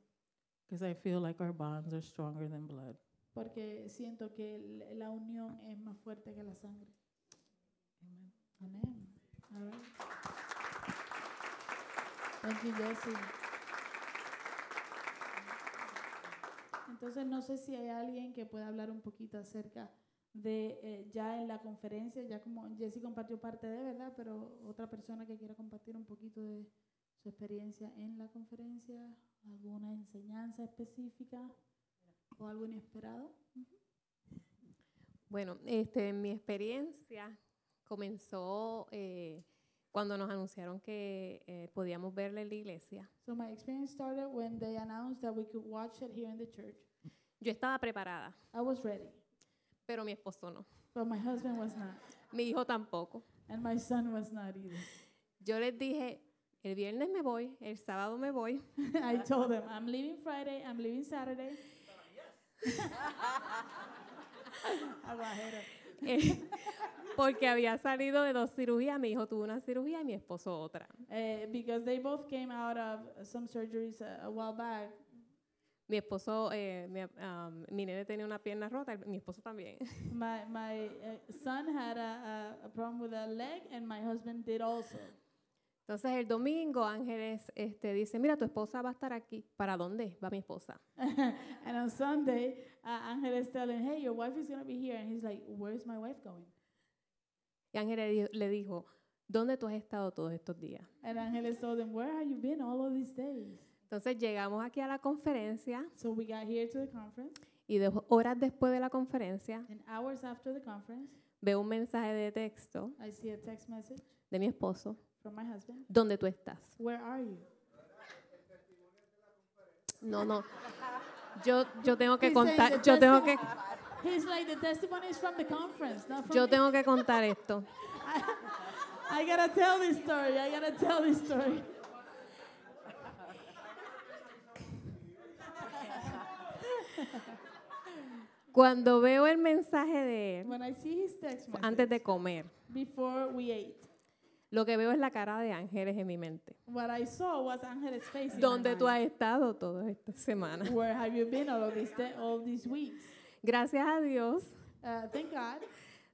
D: Because I feel like our bonds are stronger than blood.
A: Porque siento que l- la unión es más fuerte que la sangre.
D: Amen.
A: Amén. All right. Thank you, Jesse. Entonces, no sé si hay alguien que pueda hablar un poquito acerca de eh, ya en la conferencia, ya como Jesse compartió parte de, ¿verdad? Pero otra persona que quiera compartir un poquito de su experiencia en la conferencia, alguna enseñanza específica o algo inesperado.
E: Bueno, este, mi experiencia comenzó eh, cuando nos anunciaron que eh, podíamos verla en la iglesia.
A: So my experience started when they announced that we could watch it here in the church.
E: Yo estaba preparada,
A: I was ready,
E: pero mi esposo no.
A: but my husband was not,
E: Mi hijo tampoco.
A: and my son was not either.
E: Yo les dije, el viernes me voy, el sábado me voy.
A: I told them, I'm leaving Friday, I'm leaving Saturday. Aguajero.
E: eh, porque había salido de dos cirugías. Mi hijo tuvo una cirugía y mi esposo otra.
A: Eh, because they both came out of some surgeries a, a while back.
E: Mi esposo, eh, mi, um, mi nene tenía una pierna rota, el- mi esposo también.
A: My my uh, son had a, a, a problem with a leg, and my husband did also.
E: Entonces el domingo Ángeles este, dice, mira, tu esposa va a estar aquí. ¿Para dónde va mi esposa?
A: and on Sunday, uh, Angel is telling, "Hey, your wife is gonna be here," and he's like, "Where's my wife going?"
E: Y Ángeles di- le dijo, ¿dónde tú has estado todos estos días?
A: And Angeles told him, "Where have you been all of these days?"
E: Entonces llegamos aquí a la conferencia
A: So we got here to the conference,
E: y dos horas después de la conferencia
A: and hours after the conference,
E: veo un mensaje de texto
A: I see a text message
E: de mi esposo,
A: from my husband.
E: ¿dónde tú estás?
A: Where are you?
E: No, no. Yo, yo tengo que
A: He's saying
E: contar,
A: the
E: yo tengo que,
A: testimony- He's like the testimony is from the conference, not from
E: yo
A: me."
E: tengo que contar esto.
A: I gotta tell this story. I gotta tell this story.
E: Cuando veo el mensaje de él,
A: When I see his text message
E: antes de comer,
A: before we ate,
E: lo que veo es la cara de Ángeles en mi mente.
A: what I saw was Angel's face. in my
E: ¿Dónde tú has
A: mind.
E: estado toda esta semana?
A: Where have you been all of these day, all these weeks?
E: Gracias a Dios,
A: Uh, thank God,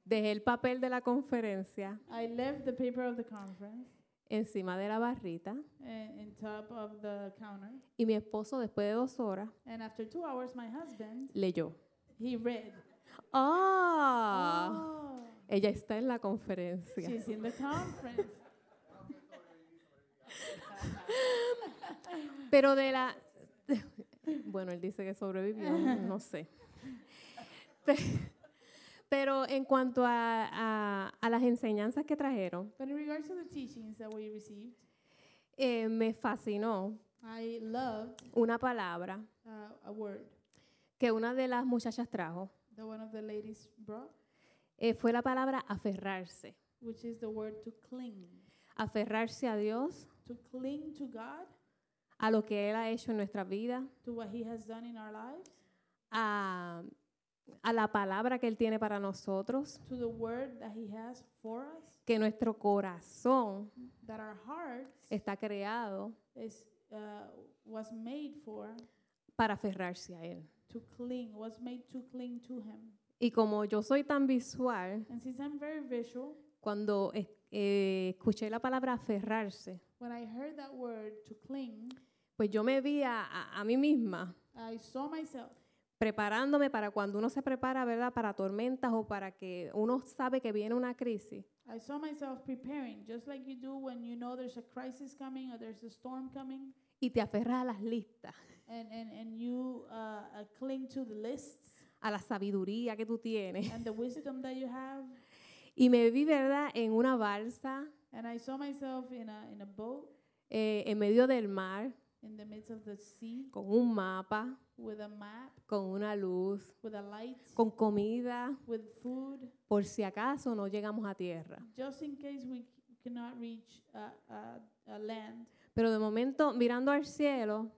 E: dejé el papel de la conferencia
A: I left the paper of the conference
E: encima de la barrita
A: and in top of the counter,
E: y mi esposo después de dos horas
A: and after two hours, my husband
E: leyó.
A: he read.
E: ¡Ah!
A: Oh,
E: Ella está en la conferencia.
A: she's in the conference.
E: Pero de la... Bueno, él dice que sobrevivió, no sé. Pe- Pero en cuanto a, a- a las enseñanzas que trajeron,
A: But in regards to the teachings that we received,
E: eh, me fascinó
A: I loved
E: una palabra
A: uh, a word
E: que una de las muchachas trajo.
A: that one of the ladies brought,
E: eh, fue la palabra aferrarse.
A: which is the word to cling,
E: Aferrarse a Dios,
A: to cling to God,
E: a lo que Él ha hecho en nuestra vida,
A: to what He has done in our lives,
E: a, a la palabra que Él tiene para nosotros,
A: to the word that He has for us,
E: que nuestro corazón
A: that our hearts
E: está creado
A: is uh, was made for
E: para aferrarse a Él.
A: to cling, was made to cling to Him.
E: Y como yo soy tan visual,
A: And since I'm very visual,
E: cuando es- eh, escuché la palabra aferrarse,
A: when I heard that word to cling,
E: pues yo me vi a, a- a mí misma
A: I saw myself
E: preparándome para cuando uno se prepara, ¿verdad? Para tormentas o para que uno sabe que viene una crisis.
A: I saw myself preparing, just like you do when you know there's a crisis coming or there's a storm coming,
E: y te aferras a las listas,
A: and, and, and you uh, uh, cling to the lists
E: a la sabiduría que tú tienes.
A: and the wisdom that you have.
E: Y me vi, ¿verdad?, en una balsa,
A: And I saw myself in a, in a boat
E: eh, en medio del mar,
A: in the midst of the sea
E: con un mapa,
A: with a map,
E: con una luz,
A: with a light,
E: con comida,
A: with food,
E: por si acaso no llegamos a tierra.
A: just in case we c- cannot reach uh, uh, a land.
E: Pero de momento, mirando al cielo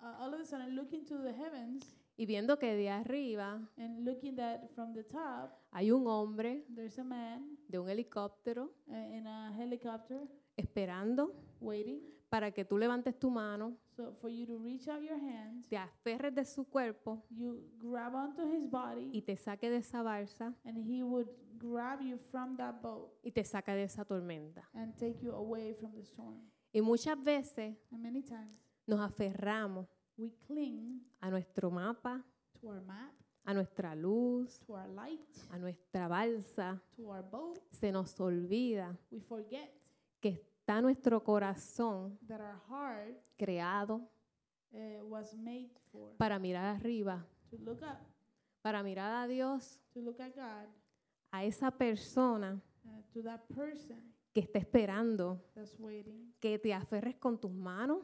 A: Uh, all of a sudden, looking to the heavens
E: y viendo que de arriba
A: and looking that from the top,
E: hay un hombre
A: there's a man
E: de un helicóptero
A: uh, in a helicopter
E: esperando
A: waiting.
E: para que tú levantes tu mano,
A: So for you to reach out your hand,
E: te aferres de su cuerpo
A: you grab onto his
E: y
A: body,
E: te saque de esa balsa
A: and he would grab you from that boat
E: y te saca de esa tormenta.
A: and take you away from the storm.
E: Y muchas veces
A: And many times
E: nos aferramos
A: we cling
E: a nuestro mapa,
A: to our map,
E: a a nuestra luz,
A: to our light,
E: a nuestra balsa.
A: to our boat.
E: Se nos olvida
A: We forget
E: que está nuestro corazón
A: that our heart
E: creado
A: uh, was made for
E: para mirar arriba,
A: to look up,
E: para mirar a Dios,
A: to look at God,
E: a esa persona
A: uh, to that person
E: que está esperando
A: that's waiting,
E: que te aferres con tus manos,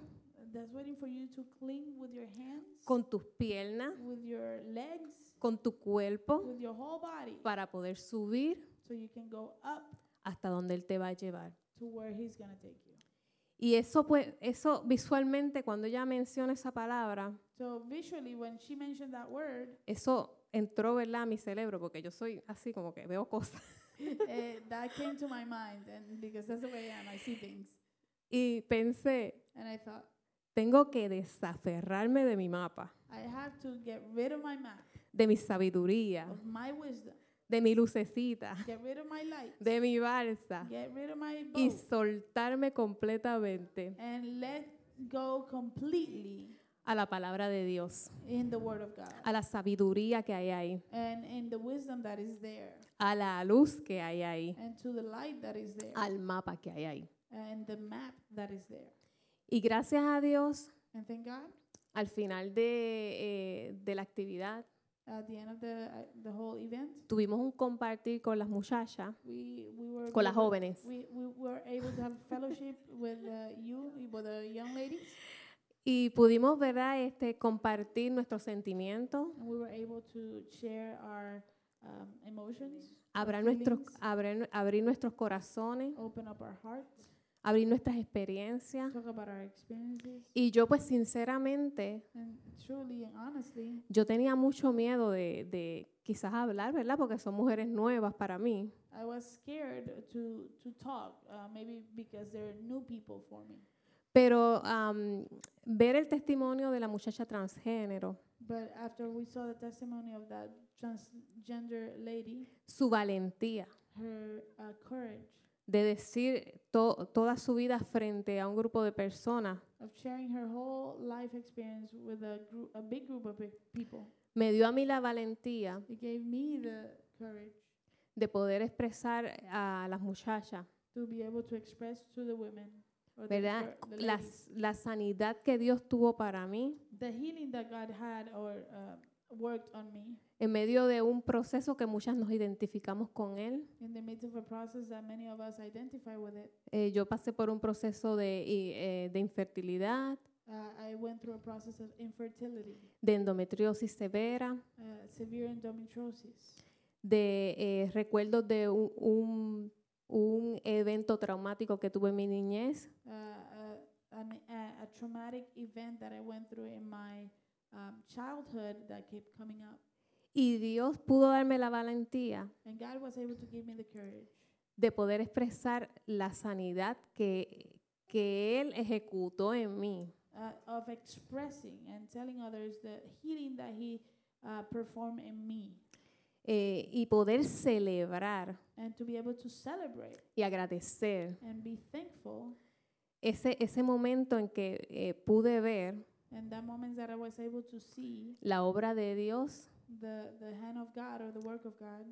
A: that's waiting for you to cling with your hands,
E: con tus piernas,
A: with your legs,
E: con tu cuerpo,
A: with your whole body,
E: para poder subir
A: so you can go up
E: hasta donde Él te va a llevar.
A: to where He's gonna take you.
E: Y eso, pues, eso visualmente, cuando ella menciona esa palabra,
A: So visually, when she mentioned that word,
E: eso entró, ¿verdad?, a mi cerebro, porque yo soy así como que veo cosas.
A: eh, that came to my mind, and because that's the way I am, I see things,
E: Y pensé,
A: and I thought
E: tengo que desaferrarme de mi mapa,
A: I have to get rid of my map,
E: de mi sabiduría,
A: of my wisdom,
E: de mi lucecita,
A: get rid of my light,
E: de mi balsa,
A: get rid of my
E: y
A: boat,
E: soltarme completamente
A: and let go completely
E: a la palabra de Dios,
A: in the Word of God
E: a la sabiduría que hay ahí.
A: and in the wisdom that is there,
E: a la luz que hay ahí,
A: and to the light that is there,
E: al mapa que hay ahí.
A: and the map that is there.
E: Y gracias a Dios,
A: And thank God,
E: al final de, eh, de la actividad,
A: at the end of the uh, the whole event,
E: tuvimos un compartir con las muchachas,
A: we we were
E: con las
A: able-
E: jóvenes.
A: We, we were able to have fellowship with uh, you, with the young ladies,
E: Y pudimos, ¿verdad?, este, compartir nuestros sentimientos,
A: and we were able to share our um, emotions, our
E: abrir nuestros,
A: feelings,
E: abrir, abrir nuestros corazones,
A: open up our hearts,
E: abrir nuestras experiencias.
A: talk about our experiences,
E: Y yo, pues sinceramente,
A: and truly and honestly,
E: yo tenía mucho miedo de, de quizás hablar, ¿verdad? Porque son mujeres nuevas para mí.
A: I was scared to to talk, uh, maybe because they're new people for me.
E: Pero am, ver el testimonio de la muchacha transgénero,
A: But after we saw the testimony of that transgender lady,
E: su valentía
A: her uh, courage
E: de decir to- toda su vida frente a un grupo de personas,
A: of sharing her whole life experience with a group, a big group of pe- people,
E: me dio a mí la valentía
A: it gave me the courage
E: de poder expresar a las muchachas,
A: to be able to express to the women, or the,
E: ¿verdad?
A: gir- the
E: La,
A: ladies,
E: la sanidad que Dios tuvo para mí
A: the healing that God had or uh, worked on me
E: en medio de un proceso que muchas nos identificamos con él.
A: in the midst of a process that many of us identify with it.
E: Eh, yo pasé por un proceso de, y, eh, de infertilidad,
A: Uh, I went through a process of infertility,
E: de endometriosis severa,
A: uh, severe endometriosis.
E: de eh, recuerdos de un, un- un evento traumático que tuve en mi niñez,
A: uh, uh, an, a, a traumatic event that I went through in my um, childhood that kept coming up.
E: y Dios pudo darme la valentía
A: And God was able to give me the courage
E: de poder expresar la sanidad que, que Él ejecutó en mí.
A: uh, of expressing and telling others the healing that He uh, performed in me
E: eh, y poder celebrar
A: and to be able to celebrate
E: y agradecer
A: and be thankful.
E: ese, ese momento en que eh, pude ver
A: And that moment that I was able to see
E: la obra de Dios
A: the, the hand of God or the work of God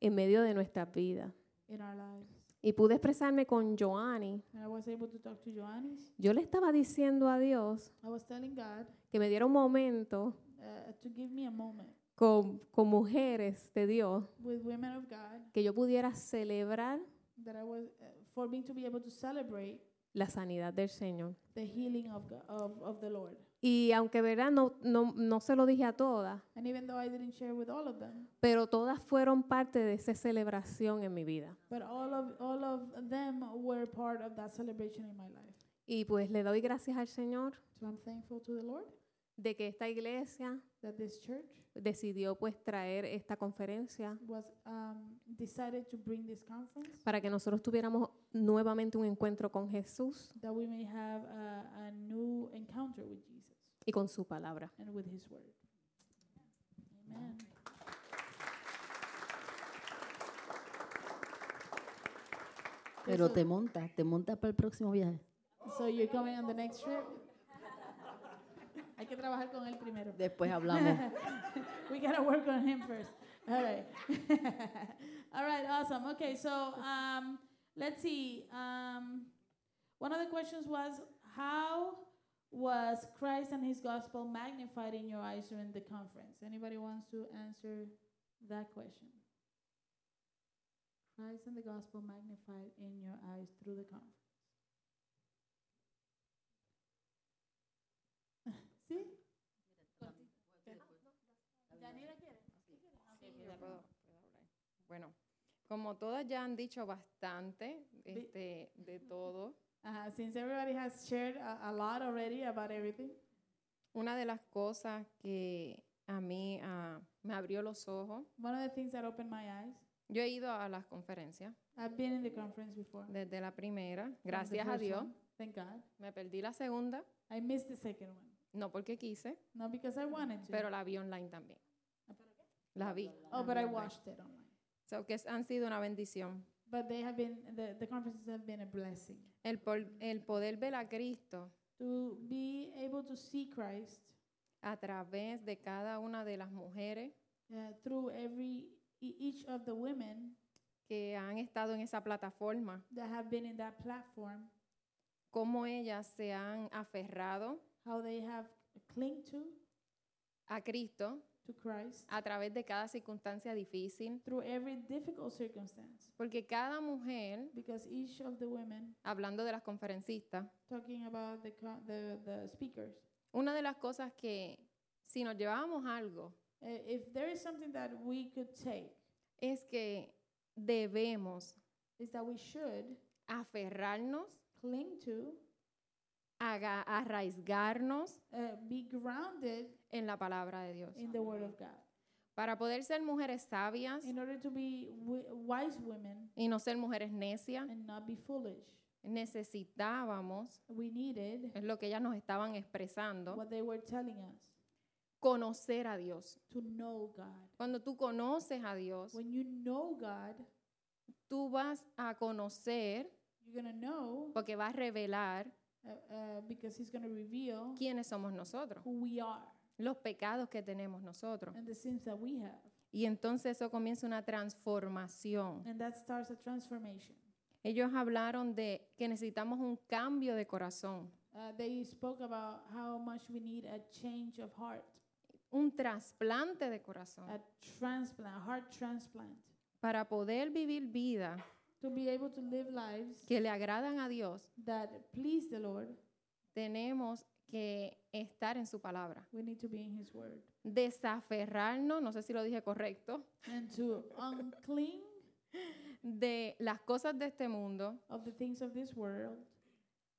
E: en medio de nuestras vidas.
A: in our lives.
E: Y pude expresarme con Joanny.
A: And I was able to talk to Joannis.
E: Yo le estaba diciendo a Dios
A: I was telling God
E: que me diera un momento
A: uh, to give me a moment
E: con, con mujeres de Dios,
A: with women of God
E: que yo pudiera celebrar
A: that I was uh, for me to be able to celebrate
E: la sanidad del Señor.
A: the healing of Go- of, of the Lord.
E: Y aunque, ¿verdad? No, no, no se lo dije a todas,
A: And even though I didn't share with all of them,
E: pero todas fueron parte de esa celebración en mi vida.
A: but all of all of them were part of that celebration in my life.
E: Y pues le doy gracias al Señor
A: So I'm thankful to the Lord
E: de que esta iglesia
A: that this church
E: decidió pues traer esta conferencia
A: was um, decided to bring this conference
E: para que nosotros tuviéramos nuevamente un encuentro con Jesús
A: that we may have a, a new encounter with Jesus
E: y con su palabra.
A: and with His Word. Amen.
F: Pero te montas, te montas para el próximo viaje.
A: So you're coming on the next trip? Hay que trabajar con él primero.
F: Después hablamos.
A: we gotta work on him first. All right. All right. Awesome. Okay. So um, let's see. Um, one of the questions was how was Christ and His gospel magnified in your eyes during the conference? Anybody wants to answer that question? Christ and the gospel magnified in your eyes through the conference. See?
G: Bueno, como todas ya han dicho bastante este, de todo,
A: Uh, since everybody has shared a, a lot already about everything,
G: una de las cosas que a mí ah, me abrió los ojos,
A: one of the things that opened my eyes,
G: yo he ido a las conferencias
A: I've been in the conference before. from
G: desde la primera,
A: the
G: gracias a
A: first
G: Dios,
A: one, Thank God.
G: me perdí la segunda,
A: I missed the second one.
G: no porque quise,
A: Not because I wanted to.
G: pero la vi online también.
A: Ah, ¿pero
G: La vi.
A: oh,
G: la
A: but
G: vi
A: I
G: online.
A: watched it online.
G: So, que han sido una bendición.
A: But they have been, the, the conferences have been a blessing.
G: El, pol- el poder ver a Cristo
A: To be able to see Christ
G: a través de cada una de las mujeres
A: uh, through every, e- each of the women
G: que han estado en esa plataforma,
A: that have been in that platform,
G: cómo ellas se han aferrado
A: how they have clinged to,
G: a Cristo
A: to Christ
G: a través de cada circunstancia difícil,
A: through every difficult circumstance.
G: porque cada mujer,
A: Because each of the women
G: hablando de las conferencistas,
A: talking about the co- the, the speakers.
G: una de las cosas que si nos llevábamos algo
A: uh, If there is something that we could take,
G: es que debemos
A: is that we should
G: aferrarnos,
A: cling to,
G: aga- arraigarnos
A: uh, be grounded
G: en la palabra de Dios.
A: in the Word of God.
G: Para poder ser mujeres sabias
A: In order to be wi- wise women
G: y no ser mujeres necias,
A: and not be foolish,
G: necesitábamos,
A: we needed
G: es lo que ellas nos estaban expresando,
A: what they were telling us
G: conocer a Dios.
A: to know God.
G: Cuando tú conoces a Dios,
A: When you know God,
G: tú vas a conocer
A: you're going to know
G: porque va a revelar
A: uh, uh, because He's going to reveal
G: quiénes somos nosotros,
A: who we are
G: los pecados que tenemos nosotros.
A: and the sins that we have.
G: Y entonces eso comienza una transformación.
A: And that starts a transformation.
G: Ellos hablaron de que necesitamos un cambio de corazón,
A: Uh, they spoke about how much we need a change of heart,
G: un trasplante de corazón,
A: a transplant, a heart transplant,
G: para poder vivir vida
A: to be able to live lives
G: que le agradan a Dios.
A: that please the Lord.
G: Tenemos que estar en su palabra,
A: We need to be in His Word
G: desaferrarnos, no sé si lo dije correcto,
A: and to uncling
G: de las cosas de este mundo
A: of the things of this world,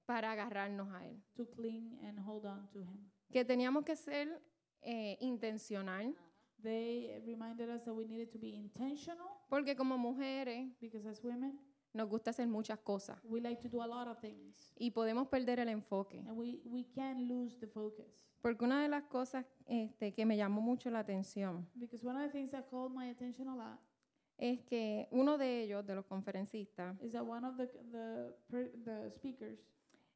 G: para agarrarnos a él.
A: to cling and hold on to Him.
G: que teníamos que ser eh, intencional,
A: They reminded us that we needed to be intentional
G: porque como mujeres
A: because as women,
G: nos gusta hacer muchas cosas
A: we like to do a lot of things
G: y podemos perder el enfoque.
A: and we, we can lose the focus.
G: Porque una de las cosas este, que me llamó mucho la atención
A: Because one of the things that called my attention a lot
G: es que uno de ellos, de los conferencistas,
A: is that one of the the per, the speakers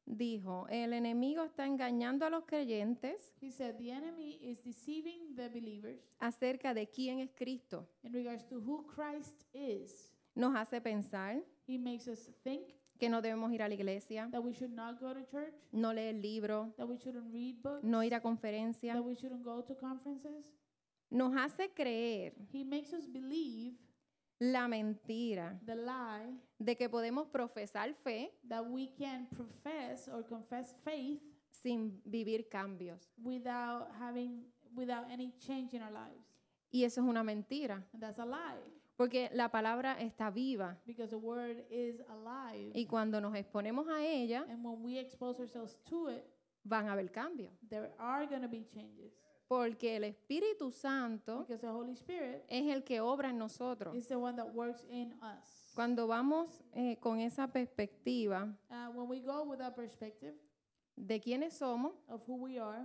G: dijo, el enemigo está engañando a los creyentes
A: he said the enemy is deceiving the believers
G: acerca de quién es Cristo.
A: in regards to who Christ is.
G: Nos hace pensar
A: He makes us think
G: que no debemos ir a la iglesia,
A: that we should not go to church,
G: no leer libros,
A: that we shouldn't read books,
G: no ir a conferencias.
A: that we shouldn't go to conferences.
G: Nos hace creer
A: He makes us believe
G: la mentira
A: the lie
G: de que podemos profesar fe
A: that we can profess or confess faith
G: sin vivir cambios.
A: without having without any change in our lives.
G: Y eso es una mentira,
A: And that's a lie
G: porque la palabra está viva
A: because the word is alive.
G: y cuando nos exponemos a ella
A: And when we expose ourselves to it,
G: van a haber cambios,
A: there are going to be changes
G: porque el Espíritu Santo
A: because the Holy Spirit
G: es el que obra en nosotros.
A: is the one that works in us.
G: Cuando vamos eh, con esa perspectiva
A: Uh, when we go with that perspective
G: de quiénes somos
A: of who we are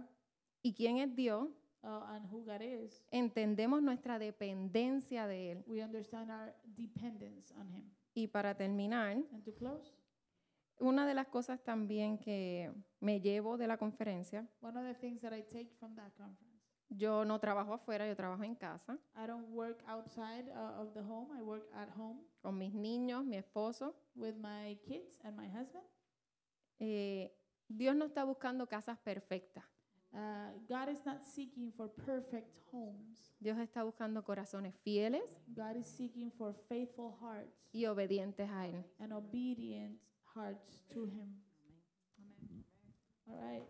G: y quién es Dios,
A: uh, and who God is,
G: entendemos nuestra dependencia de Él.
A: we understand our dependence on Him.
G: Y para terminar,
A: And to close,
G: una de las cosas también que me llevo de la conferencia,
A: One of the things that I take from that conference.
G: yo no trabajo afuera, yo trabajo en casa
A: I don't work outside uh, of the home. I work at home
G: con mis niños, mi esposo.
A: with my kids and my husband.
G: Eh, Dios no está buscando casas perfectas,
A: Uh, God is not seeking for perfect homes.
G: Dios está buscando corazones fieles
A: God is seeking for faithful hearts
G: y obedientes a Él.
A: and obedient hearts to Him. Amen. All right.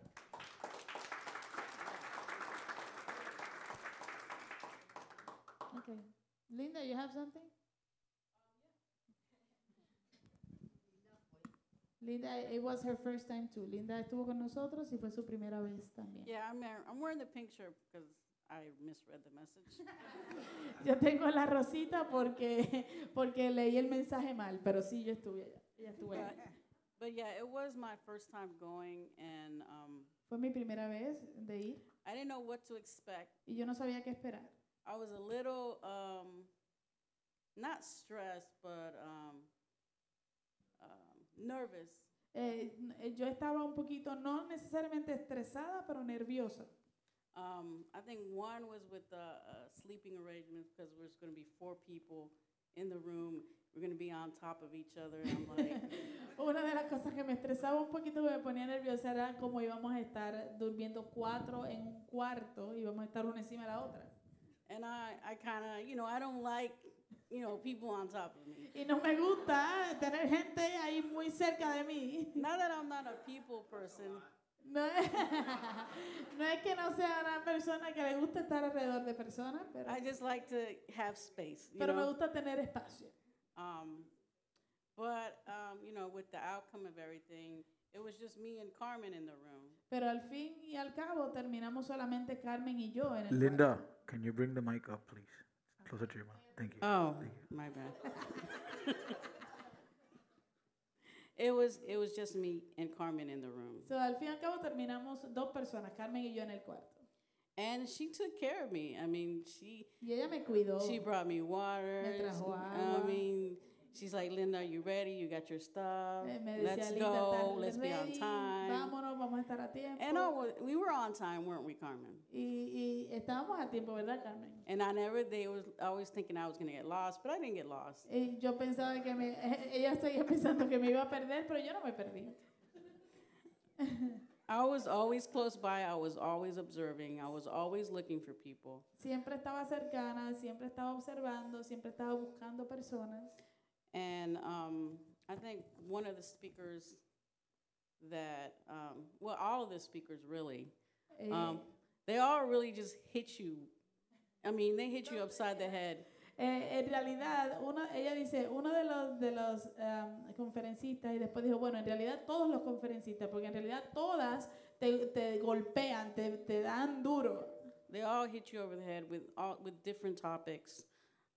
A: Okay. Linda, you have something? Linda, it was her first time too. Linda estuvo con nosotros y fue su primera vez también.
H: Yeah, I'm there. I'm wearing the pink shirt because I misread the message.
A: Yo tengo la rosita porque, porque leí el mensaje mal, pero sí, yo estuve allá. Ella estuvo allá.
H: but, but yeah, it was my first time going, and um,
A: Fue mi primera vez de ir
H: I didn't know what to expect.
A: y yo no sabía qué esperar.
H: I was a little um, not stressed, but um, um, nervous
A: Eh, n- eh, yo estaba un poquito, no necesariamente estresada, pero nerviosa.
H: Um, I think one was with the uh, sleeping arrangements because there's going to be four people in the room. We're going to be on top of each other. And I'm like,
A: Una de las cosas que me estresaba un poquito, que me ponía nerviosa, era cómo íbamos a estar durmiendo cuatro en un cuarto y vamos a estar una encima de la otra.
H: and I, I kind of, you know, I don't like, you know, people on top of me.
A: Y no me gusta tener gente ahí muy cerca de mí.
H: Not that I'm not a people person,
A: No es, no es que no sea una persona que le gusta estar alrededor de personas, pero,
H: I just like to have space. You
A: pero me
H: know?
A: gusta tener espacio.
H: Um, but um, you know, with the outcome of everything, it was just me and Carmen in the room.
A: Pero al fin y al cabo terminamos solamente Carmen y yo en el
C: Linda, can you bring the mic up, please? Closer to your mouth. Thank you.
H: Oh, my bad. it was it was just me and Carmen in the room,
A: So, al fin y al cabo terminamos dos personas, Carmen y yo en el cuarto.
H: and she took care of me. I mean, she
A: Y ella me cuidó.
H: she brought me water.
A: Me trajo
H: I
A: agua.
H: mean, she's like, Linda, are you ready? You got your stuff.
A: Eh, me decía,
H: Let's
A: "Linda,
H: go.
A: ¿estás
H: Let's be on
A: ready?
H: time.
A: Vámonos, vamos a estar a tiempo.
H: And I was, we were on time, weren't we, Carmen?
A: y, y estábamos a tiempo, ¿verdad, Carmen?
H: And I never they was always thinking I was gonna get lost, but I didn't get lost.
A: Y yo pensaba que me, ella seguía pensando que me iba a perder, pero yo no me perdí.
H: I was always close by, I was always observing, I was always looking for people.
A: Siempre estaba cercana, siempre estaba observando, siempre estaba buscando personas.
H: And um, I think one of the speakers that um, well all of the speakers really,
A: Eh,
H: um, they all really just hit you. I mean, they hit you upside the head.
A: Eh, en realidad, uno- ella dice, uno de los, de los em, conferencistas, y después dijo, bueno, en realidad todos los conferencistas, porque en realidad todas te, te golpean, te, te dan duro.
H: They all hit you over the head with all with different topics.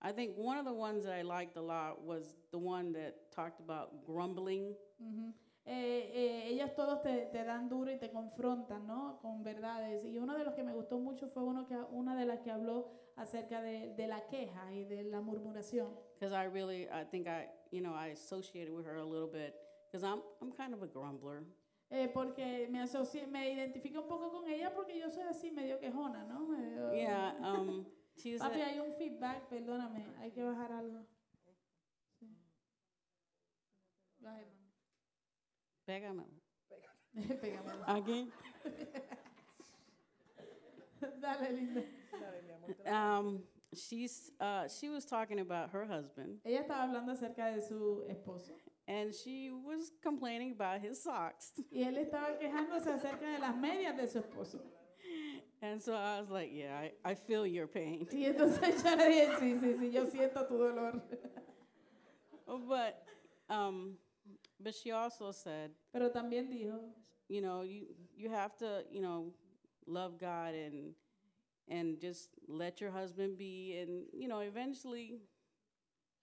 H: I think one of the ones that I liked a lot was the one that talked about grumbling.
A: Ujú. Eh, eh, ellas todos te, te dan duro y te confrontan, ¿no? Con verdades. Y uno de los que me gustó mucho fue uno que, una de las que habló acerca de, de la queja y de la murmuración.
H: because I really, I think I, you know, I associated with her a little bit because I'm, I'm kind of a grumbler.
A: Eh, porque me asocié, me identifico un poco con ella porque yo soy así medio quejona, ¿no? Medio-
H: Yeah, um, she's,
A: Papi,
H: a,
A: hay un feedback, perdóname, hay que bajar algo. Sí. Baje, mami.
H: pégame.
A: Pégame.
H: Aquí.
A: Dale, linda.
H: Um, she's, uh, she was talking about her husband,
A: Ella estaba hablando acerca de su esposo
H: and she was complaining about his socks,
A: y él estaba quejándose acerca de las medias de su esposo.
H: and so I was like, yeah, I, I feel your pain,
A: Y entonces yo le dije, sí, sí, sí, yo siento tu dolor.
H: but, um, but she also said,
A: Pero también dijo,
H: you know, you you have to, you know, love God and and just let your husband be, and you know, eventually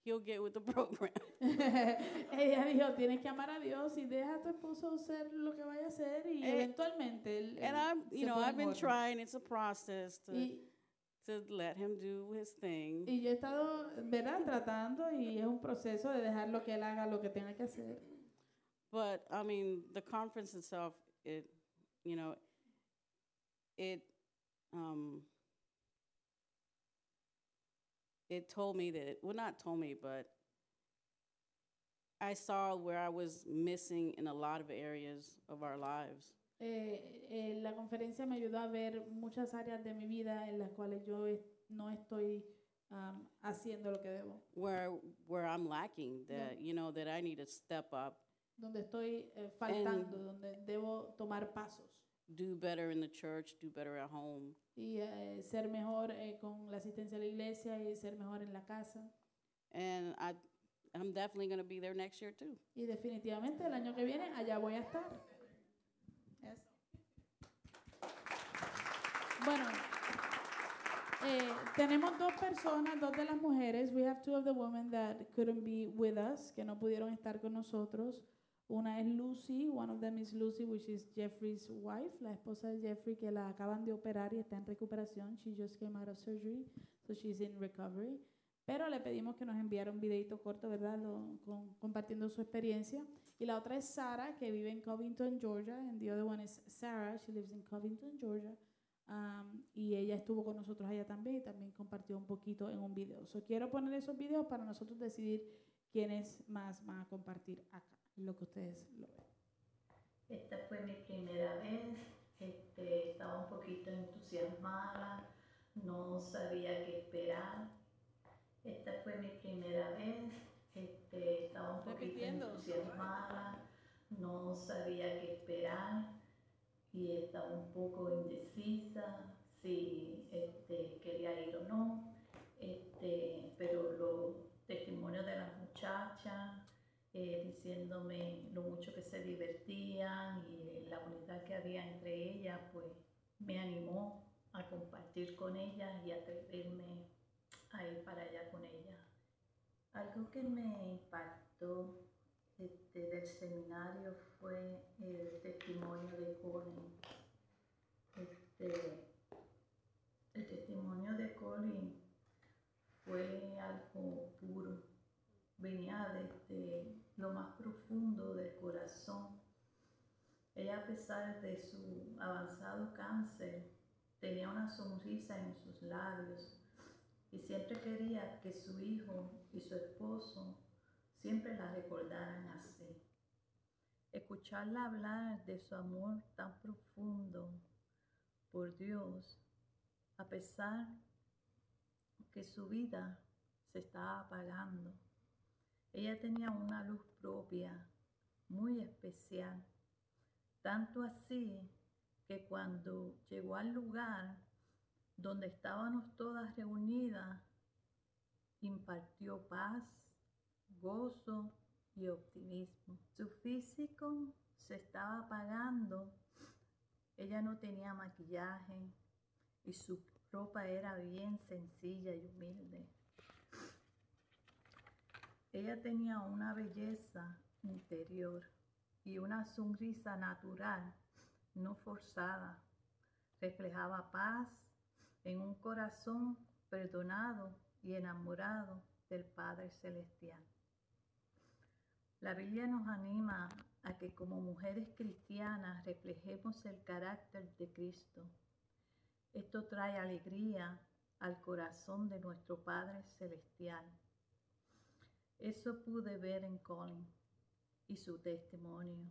H: he'll get with the program.
A: ella dijo, tienes que amar a Dios y deja a tu esposo ser lo que vaya a ser y
H: Eh,
A: eventualmente él, él
H: and I'm, you
A: se
H: know,
A: pone
H: I've
A: en
H: been
A: orden".
H: trying. It's a process to
A: Y-
H: to let him do his thing.
A: Y yo he estado, ¿verdad? Tratando y es un proceso de dejar lo que él haga, lo que tenga que hacer.
H: But I mean, the conference itself, it, you know, it, um, it told me that, well, not told me, but I saw where I was missing in a lot of areas of our lives.
A: Eh, eh, la conferencia me ayudó a ver muchas áreas de mi vida en las cuales yo es- no estoy am, haciendo lo que debo,
H: where where I'm lacking
A: Yeah.
H: that you know that I need to step up,
A: donde estoy eh, faltando, donde debo tomar pasos
H: do better in the church, do better at home.
A: y eh, ser mejor eh, con la asistencia a la iglesia y ser mejor en la casa.
H: And I I'm definitely going to be there next year too.
A: Y definitivamente el año que viene allá voy a estar. Eso. Bueno, eh, tenemos dos personas, dos de las mujeres. We have two of the women that couldn't be with us, que no pudieron estar con nosotros. Una es Lucy, one of them is Lucy, which is Jeffrey's wife, la esposa de Jeffrey que la acaban de operar y está en recuperación. She just came out of surgery, so she's in recovery. Pero le pedimos que nos enviara un videito corto, ¿verdad? Lo- con- compartiendo su experiencia. Y la otra es Sara, que vive en Covington, Georgia. And the other one is Sarah. She lives in Covington, Georgia. Um, y ella estuvo con nosotros allá también y también compartió un poquito en un video. So, quiero poner esos videos para nosotros decidir quiénes más van a compartir acá, lo que ustedes lo ven.
I: Esta fue mi primera vez, este, estaba un poquito entusiasmada, no sabía qué esperar. Esta fue mi primera vez, este, estaba un poquito
A: Repitiendo.
I: entusiasmada, no sabía qué esperar y estaba un poco indecisa si este, quería ir o no. Este, pero los testimonios de las muchachas, eh, diciéndome lo mucho que se divertían y la unidad que había entre ellas, pues me animó a compartir con ellas y atreverme a ir para allá con ellas. Algo que me impactó este, del seminario fue el testimonio de Colin. Este, el testimonio de Colin fue algo puro venía desde lo más profundo del corazón. Ella, a pesar de su avanzado cáncer, tenía una sonrisa en sus labios y siempre quería que su hijo y su esposo siempre la recordaran así. Escucharla hablar de su amor tan profundo por Dios, a pesar que su vida se estaba apagando. Ella tenía una luz propia, muy especial, tanto así que cuando llegó al lugar donde estábamos todas reunidas, impartió paz, gozo y optimismo. Su físico se estaba apagando, ella no tenía maquillaje y su ropa era bien sencilla y humilde. Ella tenía una belleza interior y una sonrisa natural, no forzada. Reflejaba paz en un corazón perdonado y enamorado del Padre Celestial. La Biblia nos anima a que como mujeres cristianas reflejemos el carácter de Cristo. Esto trae alegría al corazón de nuestro Padre Celestial. Eso pude ver en Colin y su testimonio.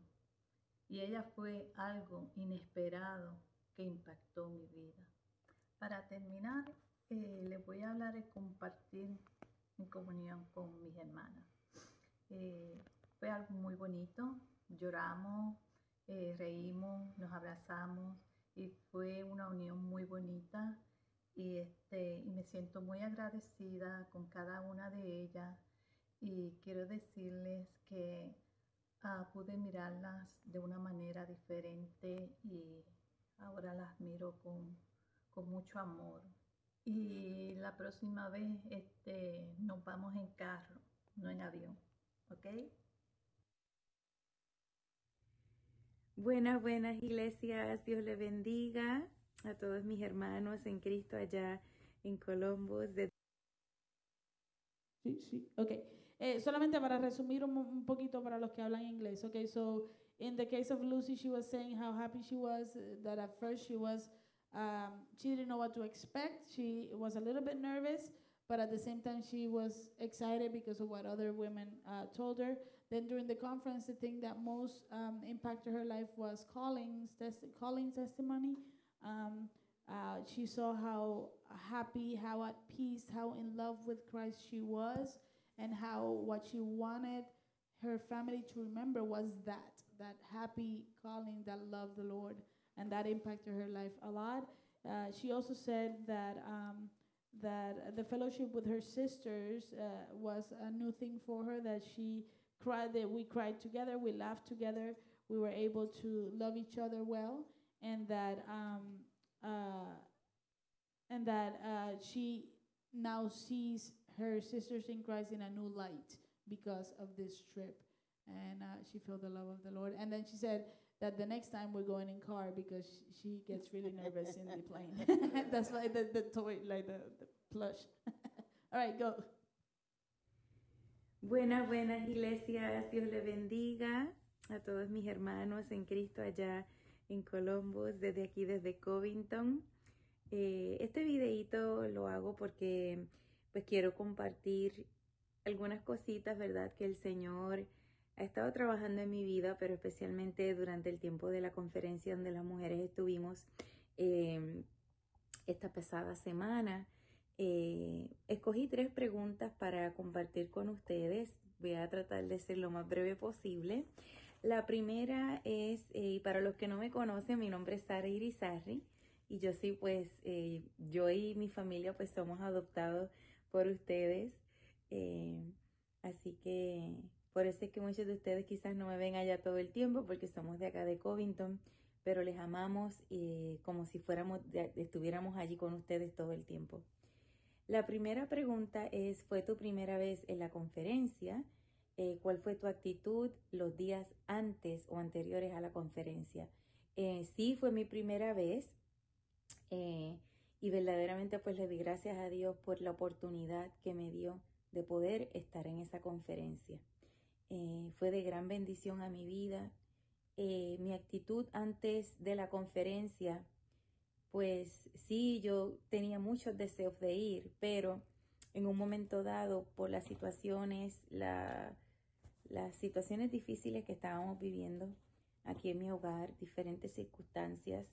I: Y ella fue algo inesperado que impactó mi vida. Para terminar, eh, les voy a hablar de compartir mi comunión con mis hermanas. Eh, fue algo muy bonito. Lloramos, eh, reímos, nos abrazamos y fue una unión muy bonita. Y, este, y me siento muy agradecida con cada una de ellas y quiero decirles que ah, pude mirarlas de una manera diferente y ahora las miro con, con mucho amor. Y la próxima vez este, nos vamos en carro, no en avión, ¿ok?
J: Buenas, buenas iglesias. Dios le bendiga a todos mis hermanos en Cristo allá en Columbus. De-
A: Sí, sí, ok. Eh, solamente para resumir un, un poquito para los que hablan inglés. Okay, so in the case of Lucy, she was saying how happy she was uh, that at first she was um, she didn't know what to expect. She was a little bit nervous, but at the same time she was excited because of what other women uh, told her. Then during the conference, the thing that most um, impacted her life was Collins' testi- Collins testimony. Um, uh, she saw how happy, how at peace, how in love with Christ she was, and how what she wanted her family to remember was that that happy calling that loved the Lord, and that impacted her life a lot. Uh, she also said that um, that the fellowship with her sisters uh, was a new thing for her. That she cried, that we cried together, we laughed together, we were able to love each other well, and that um, uh, and that uh, she now sees her sisters in Christ in a new light because of this trip. And uh, she felt the love of the Lord. And then she said that the next time we're going in car because sh- she gets really nervous in the plane. That's why eh, the, the toy, like the, the plush. All right, go.
J: Buenas, buenas iglesias, Dios les bendiga a todos mis hermanos en Cristo allá en Columbus, desde aquí, desde Covington. Eh, este videíto lo hago porque pues quiero compartir algunas cositas, ¿verdad? Que el Señor ha estado trabajando en mi vida, pero especialmente durante el tiempo de la conferencia donde las mujeres estuvimos eh, esta pesada semana. Eh, escogí tres preguntas para compartir con ustedes. Voy a tratar de ser lo más breve posible. La primera es, eh, y para los que no me conocen, mi nombre es Sara Irizarri y yo sí, pues, eh, yo y mi familia pues somos adoptados por ustedes. Eh, así que por eso es que muchos de ustedes quizás no me ven allá todo el tiempo porque somos de acá de Covington, pero les amamos eh, como si fuéramos, de- estuviéramos allí con ustedes todo el tiempo. La primera pregunta es, ¿fue tu primera vez en la conferencia? Eh, ¿Cuál fue tu actitud los días antes o anteriores a la conferencia? Eh, sí, fue mi primera vez eh, y verdaderamente pues le di gracias a Dios por la oportunidad que me dio de poder estar en esa conferencia. Eh, fue de gran bendición a mi vida. Eh, mi actitud antes de la conferencia, pues sí, yo tenía muchos deseos de ir, pero en un momento dado, por las situaciones, la- las situaciones difíciles que estábamos viviendo aquí en mi hogar, diferentes circunstancias,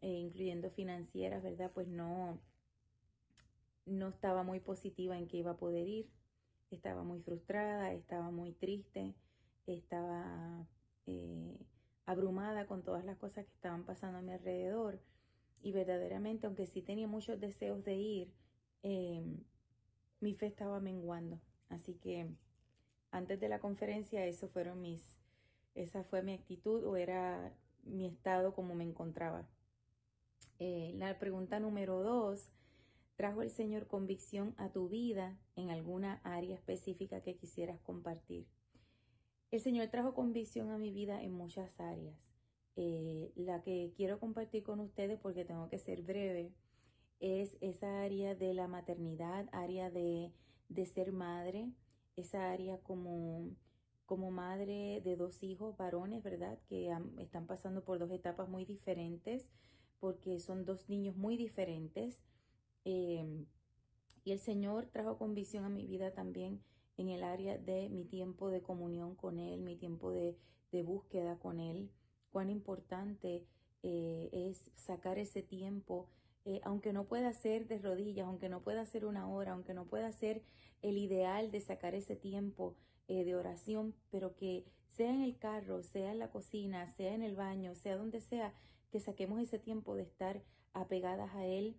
J: eh, incluyendo financieras, ¿verdad? Pues no, no estaba muy positiva en que iba a poder ir. Estaba muy frustrada, estaba muy triste, estaba eh, abrumada con todas las cosas que estaban pasando a mi alrededor. Y verdaderamente, aunque sí tenía muchos deseos de ir, eh, mi fe estaba menguando. Así que antes de la conferencia, eso fueron mis, esa fue mi actitud o era mi estado como me encontraba. Eh, la pregunta número dos, ¿trajo el Señor convicción a tu vida en alguna área específica que quisieras compartir? El Señor trajo convicción a mi vida en muchas áreas. Eh, la que quiero compartir con ustedes, porque tengo que ser breve, es esa área de la maternidad, área de, de ser madre, esa área como, como madre de dos hijos varones, ¿verdad? Que am- están pasando por dos etapas muy diferentes, porque son dos niños muy diferentes. Eh, y el Señor trajo convicción a mi vida también en el área de mi tiempo de comunión con Él, mi tiempo de, de búsqueda con Él. Cuán importante eh, es sacar ese tiempo, eh, aunque no pueda ser de rodillas, aunque no pueda ser una hora, aunque no pueda ser el ideal de sacar ese tiempo eh, de oración, pero que sea en el carro, sea en la cocina, sea en el baño, sea donde sea, que saquemos ese tiempo de estar apegadas a Él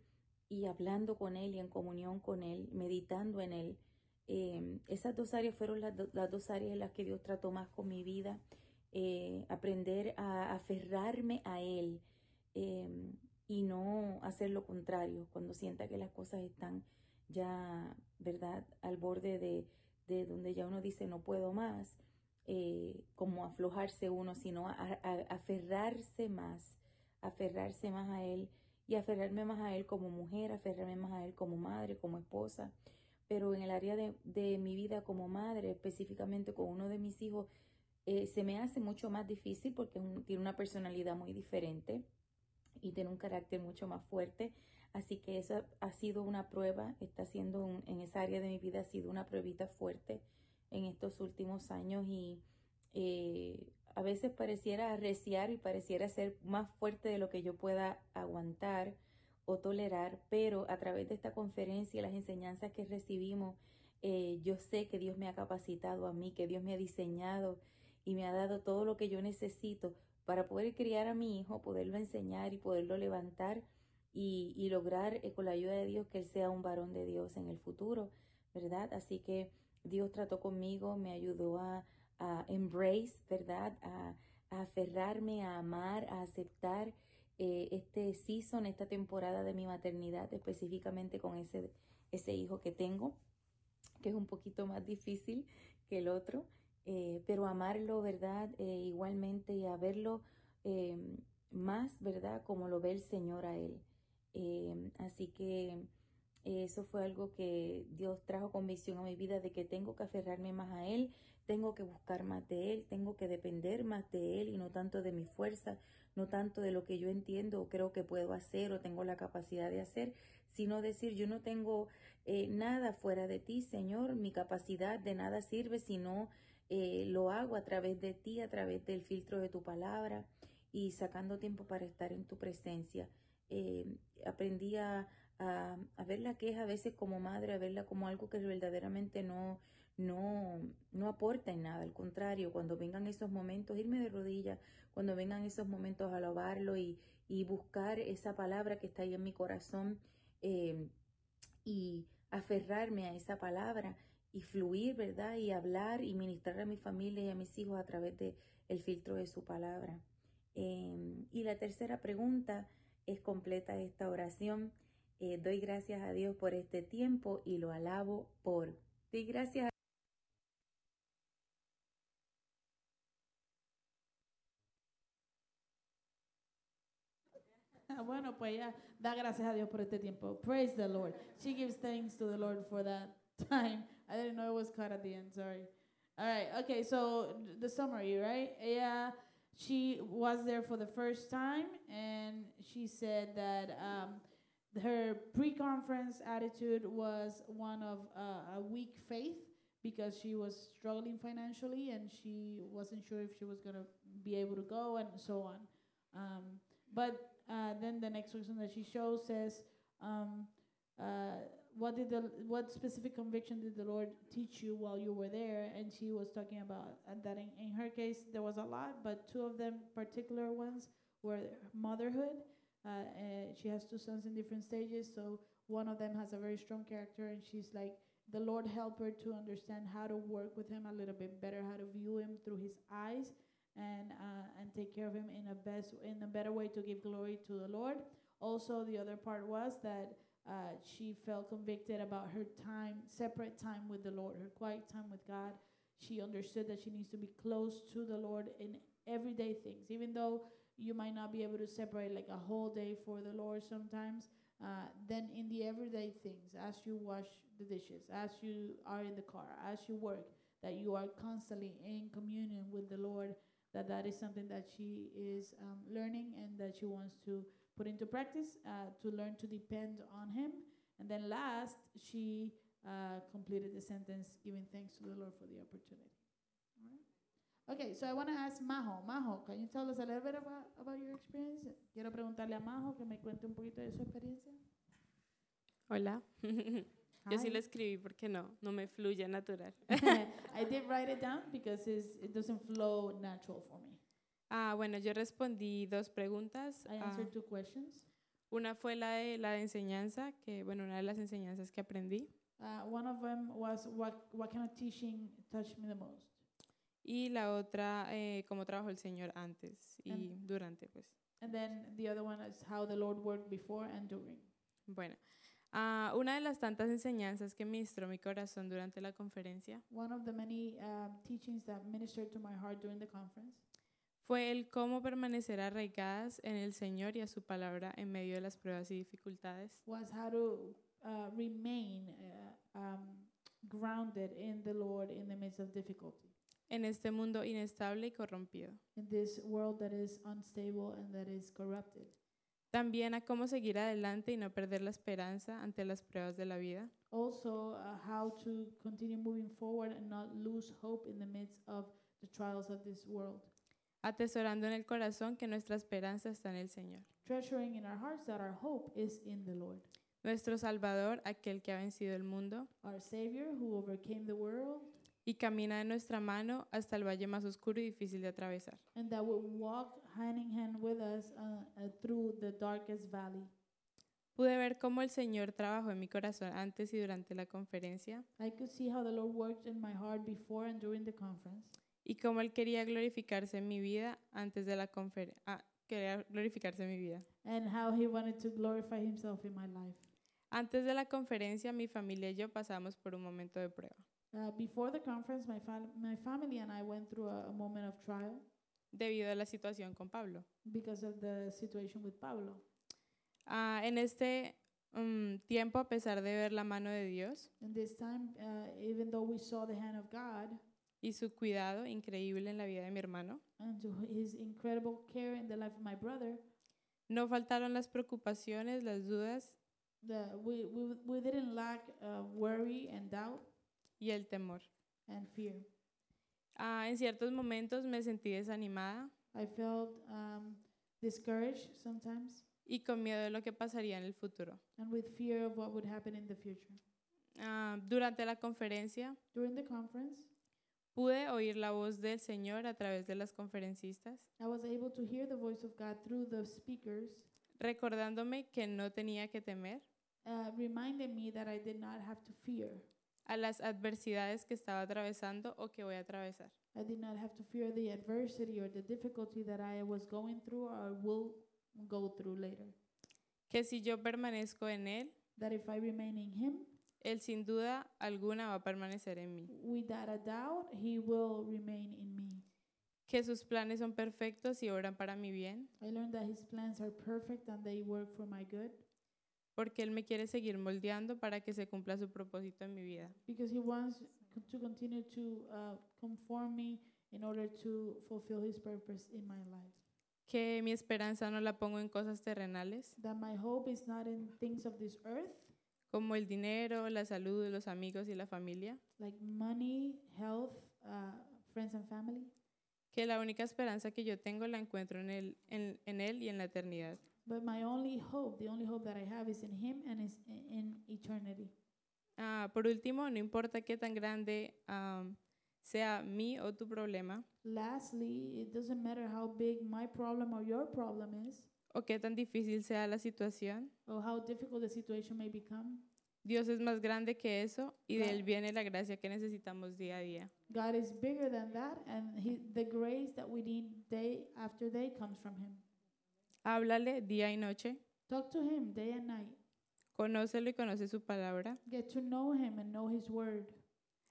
J: y hablando con Él y en comunión con Él, meditando en Él. Eh, esas dos áreas fueron las, do- las dos áreas en las que Dios trató más con mi vida. Eh, aprender a aferrarme a Él eh, y no hacer lo contrario cuando sienta que las cosas están ya, ¿verdad?, al borde de, de donde ya uno dice no puedo más, eh, como aflojarse uno, sino a- a- a- aferrarse más, aferrarse más a Él y aferrarme más a Él como mujer, aferrarme más a Él como madre, como esposa, pero en el área de, de mi vida como madre, específicamente con uno de mis hijos, eh, se me hace mucho más difícil porque es un- tiene una personalidad muy diferente y tiene un carácter mucho más fuerte. Así que eso ha- ha sido una prueba, está siendo un- en esa área de mi vida ha sido una pruebita fuerte en estos últimos años y eh, a veces pareciera arreciar y pareciera ser más fuerte de lo que yo pueda aguantar o tolerar, pero a través de esta conferencia y las enseñanzas que recibimos, eh, yo sé que Dios me ha capacitado a mí, que Dios me ha diseñado y me ha dado todo lo que yo necesito para poder criar a mi hijo, poderlo enseñar y poderlo levantar y, y lograr eh, con la ayuda de Dios que él sea un varón de Dios en el futuro, ¿verdad? Así que Dios trató conmigo, me ayudó a, a embrace, ¿verdad? A, a aferrarme, a amar, a aceptar eh, este season, esta temporada de mi maternidad, específicamente con ese, ese hijo que tengo que es un poquito más difícil que el otro, eh, pero amarlo, ¿verdad? Eh, igualmente y a verlo eh, más, ¿verdad? Como lo ve el Señor a él. Eh, así que eh, eso fue algo que Dios trajo convicción a mi vida de que tengo que aferrarme más a él, tengo que buscar más de él, tengo que depender más de él y no tanto de mi fuerza, no tanto de lo que yo entiendo o creo que puedo hacer o tengo la capacidad de hacer, sino decir yo no tengo eh, nada fuera de ti, Señor, mi capacidad de nada sirve si no eh, lo hago a través de ti, a través del filtro de tu palabra y sacando tiempo para estar en tu presencia. Eh, aprendí a, a- a ver la queja a veces como madre, a verla como algo que verdaderamente no, no, no aporta en nada, al contrario, cuando vengan esos momentos, irme de rodillas, cuando vengan esos momentos, alabarlo y, y buscar esa palabra que está ahí en mi corazón. eh, y aferrarme a esa palabra y fluir, ¿verdad? Y hablar y ministrar a mi familia y a mis hijos a través de el filtro de su palabra. Eh, y la tercera pregunta es completa esta oración. Eh, doy gracias a Dios por este tiempo y lo alabo por. Doy gracias.
A: Bueno, pues ya da gracias a Dios por este tiempo. Praise the Lord. She gives thanks to the Lord for that time. I didn't know it was cut at the end. Sorry. All right. Okay. So the summary, right? Yeah. She was there for the first time, and she said that um, her pre-conference attitude was one of uh, a weak faith because she was struggling financially and she wasn't sure if she was gonna be able to go and so on. Um, but uh, then the next reason that she shows says, um, uh, "What did the what specific conviction did the Lord teach you while you were there?" And she was talking about uh, that in, in her case there was a lot, but two of them particular ones were motherhood. Uh, and she has two sons in different stages, so one of them has a very strong character, and she's like. The Lord help her to understand how to work with him a little bit better, how to view him through his eyes, and uh, and take care of him in a best in a better way to give glory to the Lord. Also, the other part was that uh, she felt convicted about her time, separate time with the Lord, her quiet time with God. She understood that she needs to be close to the Lord in everyday things, even though you might not be able to separate like a whole day for the Lord sometimes. Uh, then in the everyday things, as you wash the dishes, as you are in the car, as you work, that you are constantly in communion with the Lord that that is something that she is um, learning and that she wants to put into practice uh, to learn to depend on him and then last she uh, completed the sentence giving thanks to the lord for the opportunity All right. okay so i want to ask majo majo can you tell us a little bit about, about your experience quiero preguntarle a majo que me cuente un poquito de su experiencia
K: Hola. Yo sí
A: Hi.
K: lo escribí porque no, no me fluye natural.
A: i did write it down because it's, it doesn't flow natural for me
K: Ah, bueno, yo respondí dos preguntas.
A: i
K: Ah,
A: answered two questions
K: una fue la de la de enseñanza, que bueno, una de las enseñanzas que aprendí.
A: Uh, one of them was what what kind of teaching touched me the most,
K: Y la otra, eh, cómo trabajó el Señor antes y
A: Em-
K: durante, pues.
A: and then the other one is how the Lord worked before and during.
K: Bueno, ah, una de las tantas enseñanzas que ministró mi corazón durante la conferencia
A: One of the many um, teachings that ministered to my heart during the conference
K: fue el cómo permanecer arraigadas en el Señor y a su palabra en medio de las pruebas y dificultades.
A: was how to uh, remain uh, um, grounded in the Lord in the midst of difficulty.
K: En este mundo inestable y corrompido.
A: In this world that is unstable and that is corrupted.
K: También a cómo seguir adelante y no perder la esperanza ante las pruebas de la vida.
A: Also, uh, how to continue moving forward and not lose hope in the midst of the trials of this world.
K: Atesorando en el corazón que nuestra esperanza está en el Señor.
A: Treasuring in our hearts that our hope is in the Lord,
K: Nuestro Salvador, aquel que ha vencido el mundo.
A: our Savior who overcame the world
K: y camina de nuestra mano hasta el valle más oscuro y difícil de atravesar.
A: and that will walk hand in hand with us uh, uh, through the darkest valley.
K: Pude ver cómo el Señor trabajó en mi corazón antes y durante la conferencia
A: I could see how the Lord worked in my heart before and during the conference,
K: y cómo Él quería glorificarse en mi vida antes de la conferencia. quería glorificarse en mi vida.
A: and how He wanted to glorify Himself in my life.
K: Antes de la conferencia, mi familia y yo pasamos por un momento de prueba.
A: Uh, before the conference, my, fam- my family and I went through a, a moment of trial
K: debido a la situación con Pablo.
A: because of the situation with Pablo.
K: Ah, en este mm, tiempo, a pesar de ver la mano de Dios
A: And this time, uh, even though we saw the hand of God
K: y su cuidado increíble en la vida de mi hermano,
A: and to His incredible care in the life of my brother,
K: no faltaron las preocupaciones, las dudas
A: the, we, we, we didn't lack uh, worry and doubt
K: y el temor.
A: and fear.
K: Ah, en ciertos momentos me sentí desanimada
A: I felt um, discouraged sometimes
K: y con miedo de lo que pasaría en el futuro.
A: and with fear of what would happen in the future.
K: Ah, durante la conferencia
A: During the conference,
K: pude oír la voz del Señor a través de las conferencistas,
A: I was able to hear the voice of God through the speakers,
K: recordándome que no tenía que temer
A: uh, reminding me that I did not have to fear.
K: a las adversidades que estaba atravesando o que voy a atravesar.
A: I did not have to fear the adversity or the difficulty that I was going through or will go through later.
K: Que si yo permanezco en Él,
A: That if I remain in Him,
K: Él sin duda alguna va a permanecer en mí.
A: without a doubt, He will remain in me.
K: Que sus planes son perfectos y obran para mi bien,
A: I learned that His plans are perfect and they work for my good
K: porque Él me quiere seguir moldeando para que se cumpla su propósito en mi vida.
A: because He wants co- to continue to uh, conform me in order to fulfill His purpose in my life.
K: que mi esperanza no la pongo en cosas terrenales
A: That my hope is not in things of this earth,
K: como el dinero, la salud, los amigos y la familia,
A: like money, health, uh, friends, and family,
K: que la única esperanza que yo tengo la encuentro en él, en, en él y en la eternidad.
A: But my only hope, the only hope that I have is in Him and is i- in eternity.
K: Ah, por último, no importa qué tan grande am, sea mi o tu problema
A: Lastly, it doesn't matter how big my problem or your problem is,
K: o qué tan difícil sea la situación,
A: or how difficult the situation may become,
K: Dios es más grande que eso y de él viene la gracia que necesitamos día a día.
A: God is bigger than that, and he, the grace that we need day after day comes from Him.
K: Háblale día y noche,
A: Talk to Him day and night.
K: conócelo y conoce su palabra.
A: Get to know Him and know His Word.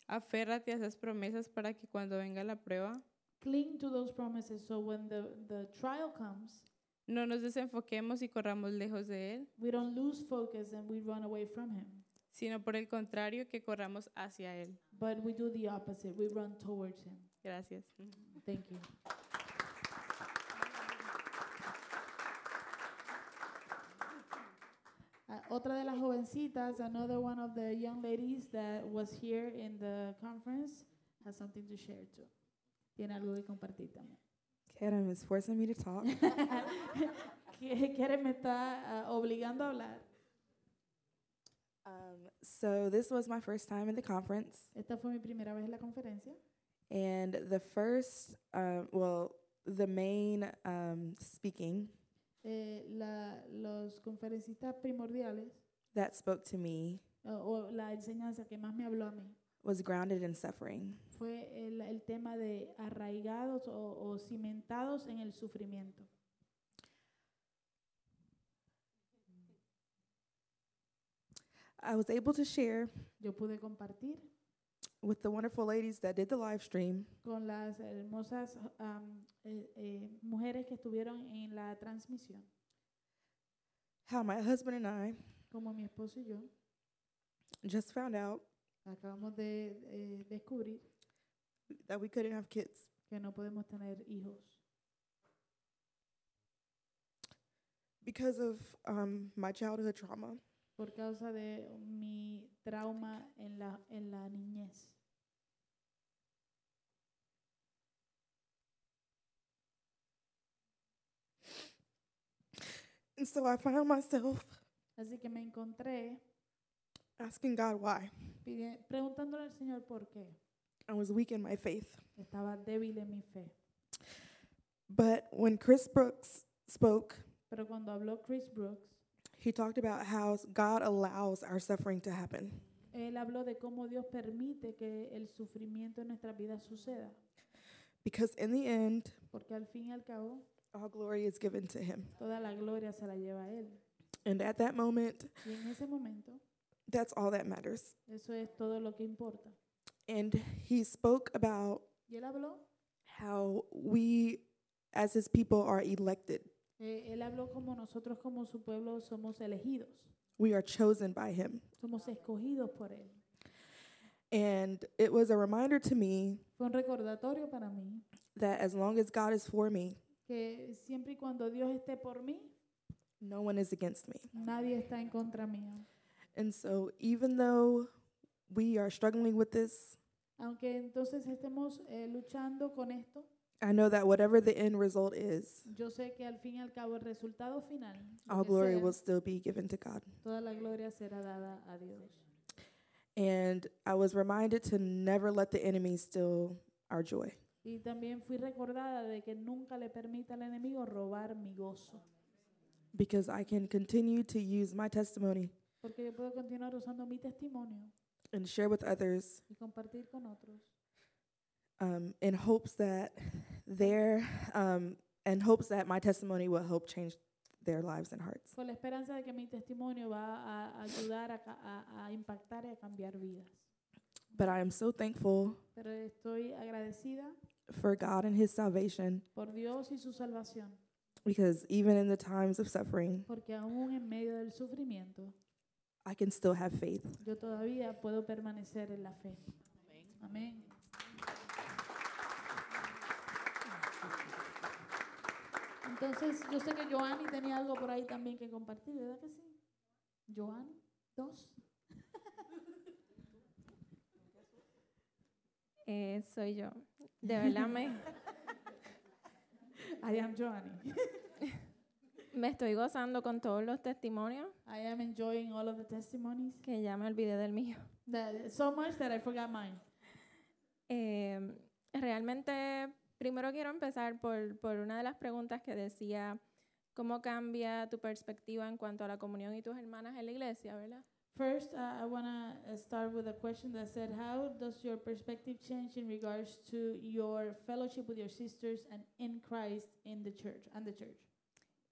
K: Aférrate a esas promesas para que cuando venga la prueba
A: Cling to those promises so when the, the trial comes,
K: No nos desenfoquemos y corramos lejos de Él,
A: we don't lose focus and we run away from Him.
K: sino por el contrario, que corramos hacia Él.
A: But we do the opposite, we run towards Him.
K: Gracias.
A: Thank you. Uh, otra de las jovencitas, another one of the young ladies that was here in the conference, has something to share too. Tiene algo que compartir también.
L: Karen is forcing me to talk.
A: Que- Karen me está ah, obligando a hablar.
L: so this was my first time in the conference,
A: Esta fue mi primera vez en la conferencia.
L: and the first, um, well, the main um, speaking
A: Eh, la- los conferencistas primordiales,
L: that spoke to me
A: o- o la enseñanza que más me habló a mí,
L: was grounded in suffering.
A: fue el, el tema de arraigados o, o cimentados en el sufrimiento.
L: I was able to share
A: Yo pude compartir
L: with the wonderful ladies that did the live stream.
A: con las hermosas am, eh, eh, mujeres que estuvieron en la transmisión,
L: How my husband and I
A: como mi esposo y yo,
L: just found out
A: acabamos de eh, descubrir
L: that we couldn't have kids.
A: que no podemos tener hijos
L: because of um, my childhood trauma.
A: por causa de mi trauma en la, en la niñez.
L: And so I found myself
A: Así que me encontré
L: asking God why.
A: pide- preguntándole al Señor por qué.
L: I was weak in my faith.
A: Estaba débil en mi fe.
L: But when Chris Brooks spoke,
A: Pero cuando habló Chris Brooks,
L: he talked about how God allows our suffering to happen.
A: él habló de cómo Dios permite que el sufrimiento en nuestra vida suceda,
L: Because in the end,
A: porque al fin y al cabo
L: all glory is given to him.
A: toda la gloria se la lleva a Él.
L: And at that moment,
A: Y en ese momento,
L: that's all that matters.
A: eso es todo lo que importa.
L: And he spoke about
A: Y él habló,
L: how we, as his people, are elected,
A: eh, él habló como nosotros como su pueblo somos elegidos,
L: we are chosen by him.
A: somos escogidos por Él.
L: And it was a reminder to me
A: Fue un recordatorio para mí
L: that as long as God is for me,
A: que siempre y cuando Dios esté por mí,
L: no one is against me.
A: nadie está en contra mía.
L: And so, even though we are struggling with this,
A: Aunque entonces estemos eh, luchando con esto,
L: I know that whatever the end result is,
A: yo sé que al fin y al cabo el resultado final, lo
L: all
A: que
L: glory
A: sea,
L: will still be given to God.
A: toda la gloria será dada a Dios.
L: And I was reminded to never let the enemy steal our joy.
A: Y también fui recordada de que nunca le permita al enemigo robar mi gozo,
L: because I can continue to use my testimony
A: porque yo puedo continuar usando mi testimonio
L: and share with others
A: y compartir con otros
L: um, in hopes that their um, in hopes that my testimony will help change their lives and hearts.
A: con la esperanza de que mi testimonio va a ayudar a, ca- a- a impactar y a cambiar vidas.
L: But I am so thankful
A: Pero estoy agradecida
L: for God and His salvation
A: por Dios y su salvación,
L: because even in the times of suffering,
A: porque aún en medio del sufrimiento,
L: I can still have faith.
A: yo todavía puedo permanecer en la fe. Amén. Entonces, yo sé que Joanny tenía algo por ahí también que compartir, ¿verdad que sí? Joanny, dos.
M: Eh, soy yo. De verdad me...
A: I am Joanny.
M: Me estoy gozando con todos los testimonios.
A: I am enjoying all of the testimonies.
M: Que ya me olvidé del mío.
A: That- so much that I forgot mine.
M: Eh, realmente, primero quiero empezar por, por una de las preguntas que decía, ¿cómo cambia tu perspectiva en cuanto a la comunión y tus hermanas en la iglesia, verdad?
A: First, uh, I want to start with a question that said, How does your perspective change in regards to your fellowship with your sisters and in Christ in the church and the church?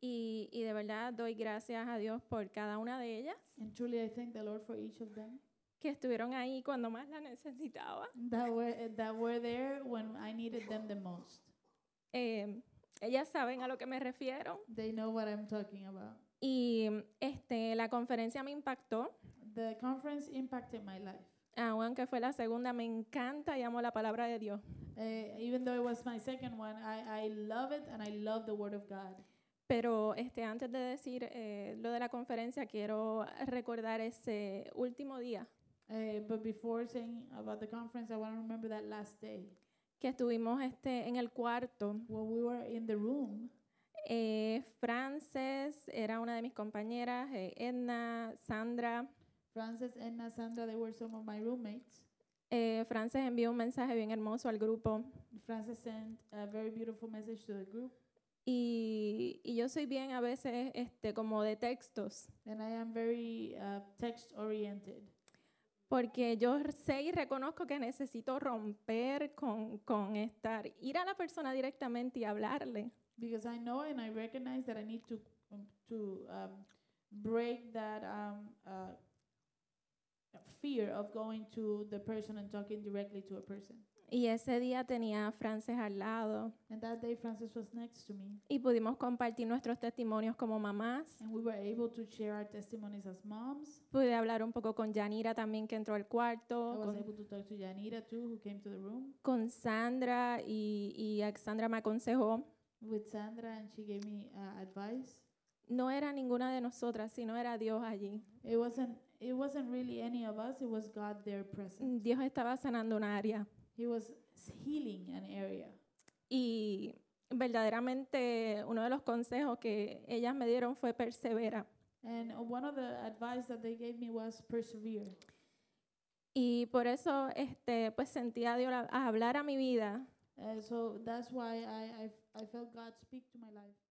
M: Y, y de verdad doy gracias a Dios por cada una de ellas
A: And truly, I thank the Lord for each of them
M: que estuvieron ahí cuando más la necesitaba.
A: that were, that were there when I needed them the most.
M: Eh, ellas saben a lo que me refiero.
A: They know what I'm talking about.
M: Y este, la conferencia me impactó.
A: The conference impacted my life.
M: Aun aunque fue la segunda, me encanta y amo la palabra de Dios.
A: Eh, even though it was my second one, I, I love it and I love the Word of God.
M: Pero este, antes de decir eh, lo de la conferencia, quiero recordar ese último día
A: Eh, but before saying about the conference, I want to remember that last day.
M: que estuvimos este, en el cuarto. Eh, Frances era una de mis compañeras, eh, Edna, Sandra.
A: Frances, Edna, Sandra, they were some of my roommates.
M: Eh, Frances envió un mensaje bien hermoso al grupo.
A: Frances sent a very beautiful message to the group.
M: Y, y yo soy bien a veces este, como de textos,
A: And I am very uh, text oriented
M: porque yo sé y reconozco que necesito romper con, con estar, ir a la persona directamente y hablarle.
A: because I know and I recognize that I need to um, to um, break that um, uh, fear of going to the person and talking directly to a person.
M: Y ese día tenía a Frances al lado.
A: And that day Francis was next to me
M: Y pudimos compartir nuestros testimonios como mamás.
A: and we were able to share our testimonies as moms.
M: Pude hablar un poco con Yanira también que entró al
A: I
M: cuarto.
A: was
M: Con,
A: able to talk to Yanira too who came to the room
M: con Sandra y, y Alexandra me aconsejó.
A: with Sandra and she gave me uh, advice.
M: No era ninguna de nosotras, sino era Dios allí.
A: It wasn't it wasn't really any of us, it was God there present.
M: Dios estaba sanando un área.
A: He was healing an area.
M: Y verdaderamente uno de los consejos que ellas me dieron fue persevera.
A: And one of the advice that they gave me was persevere.
M: Y por eso este, pues sentí a Dios a- a hablar a mi vida
A: Uh, so that's why I, I I felt God speak to my life.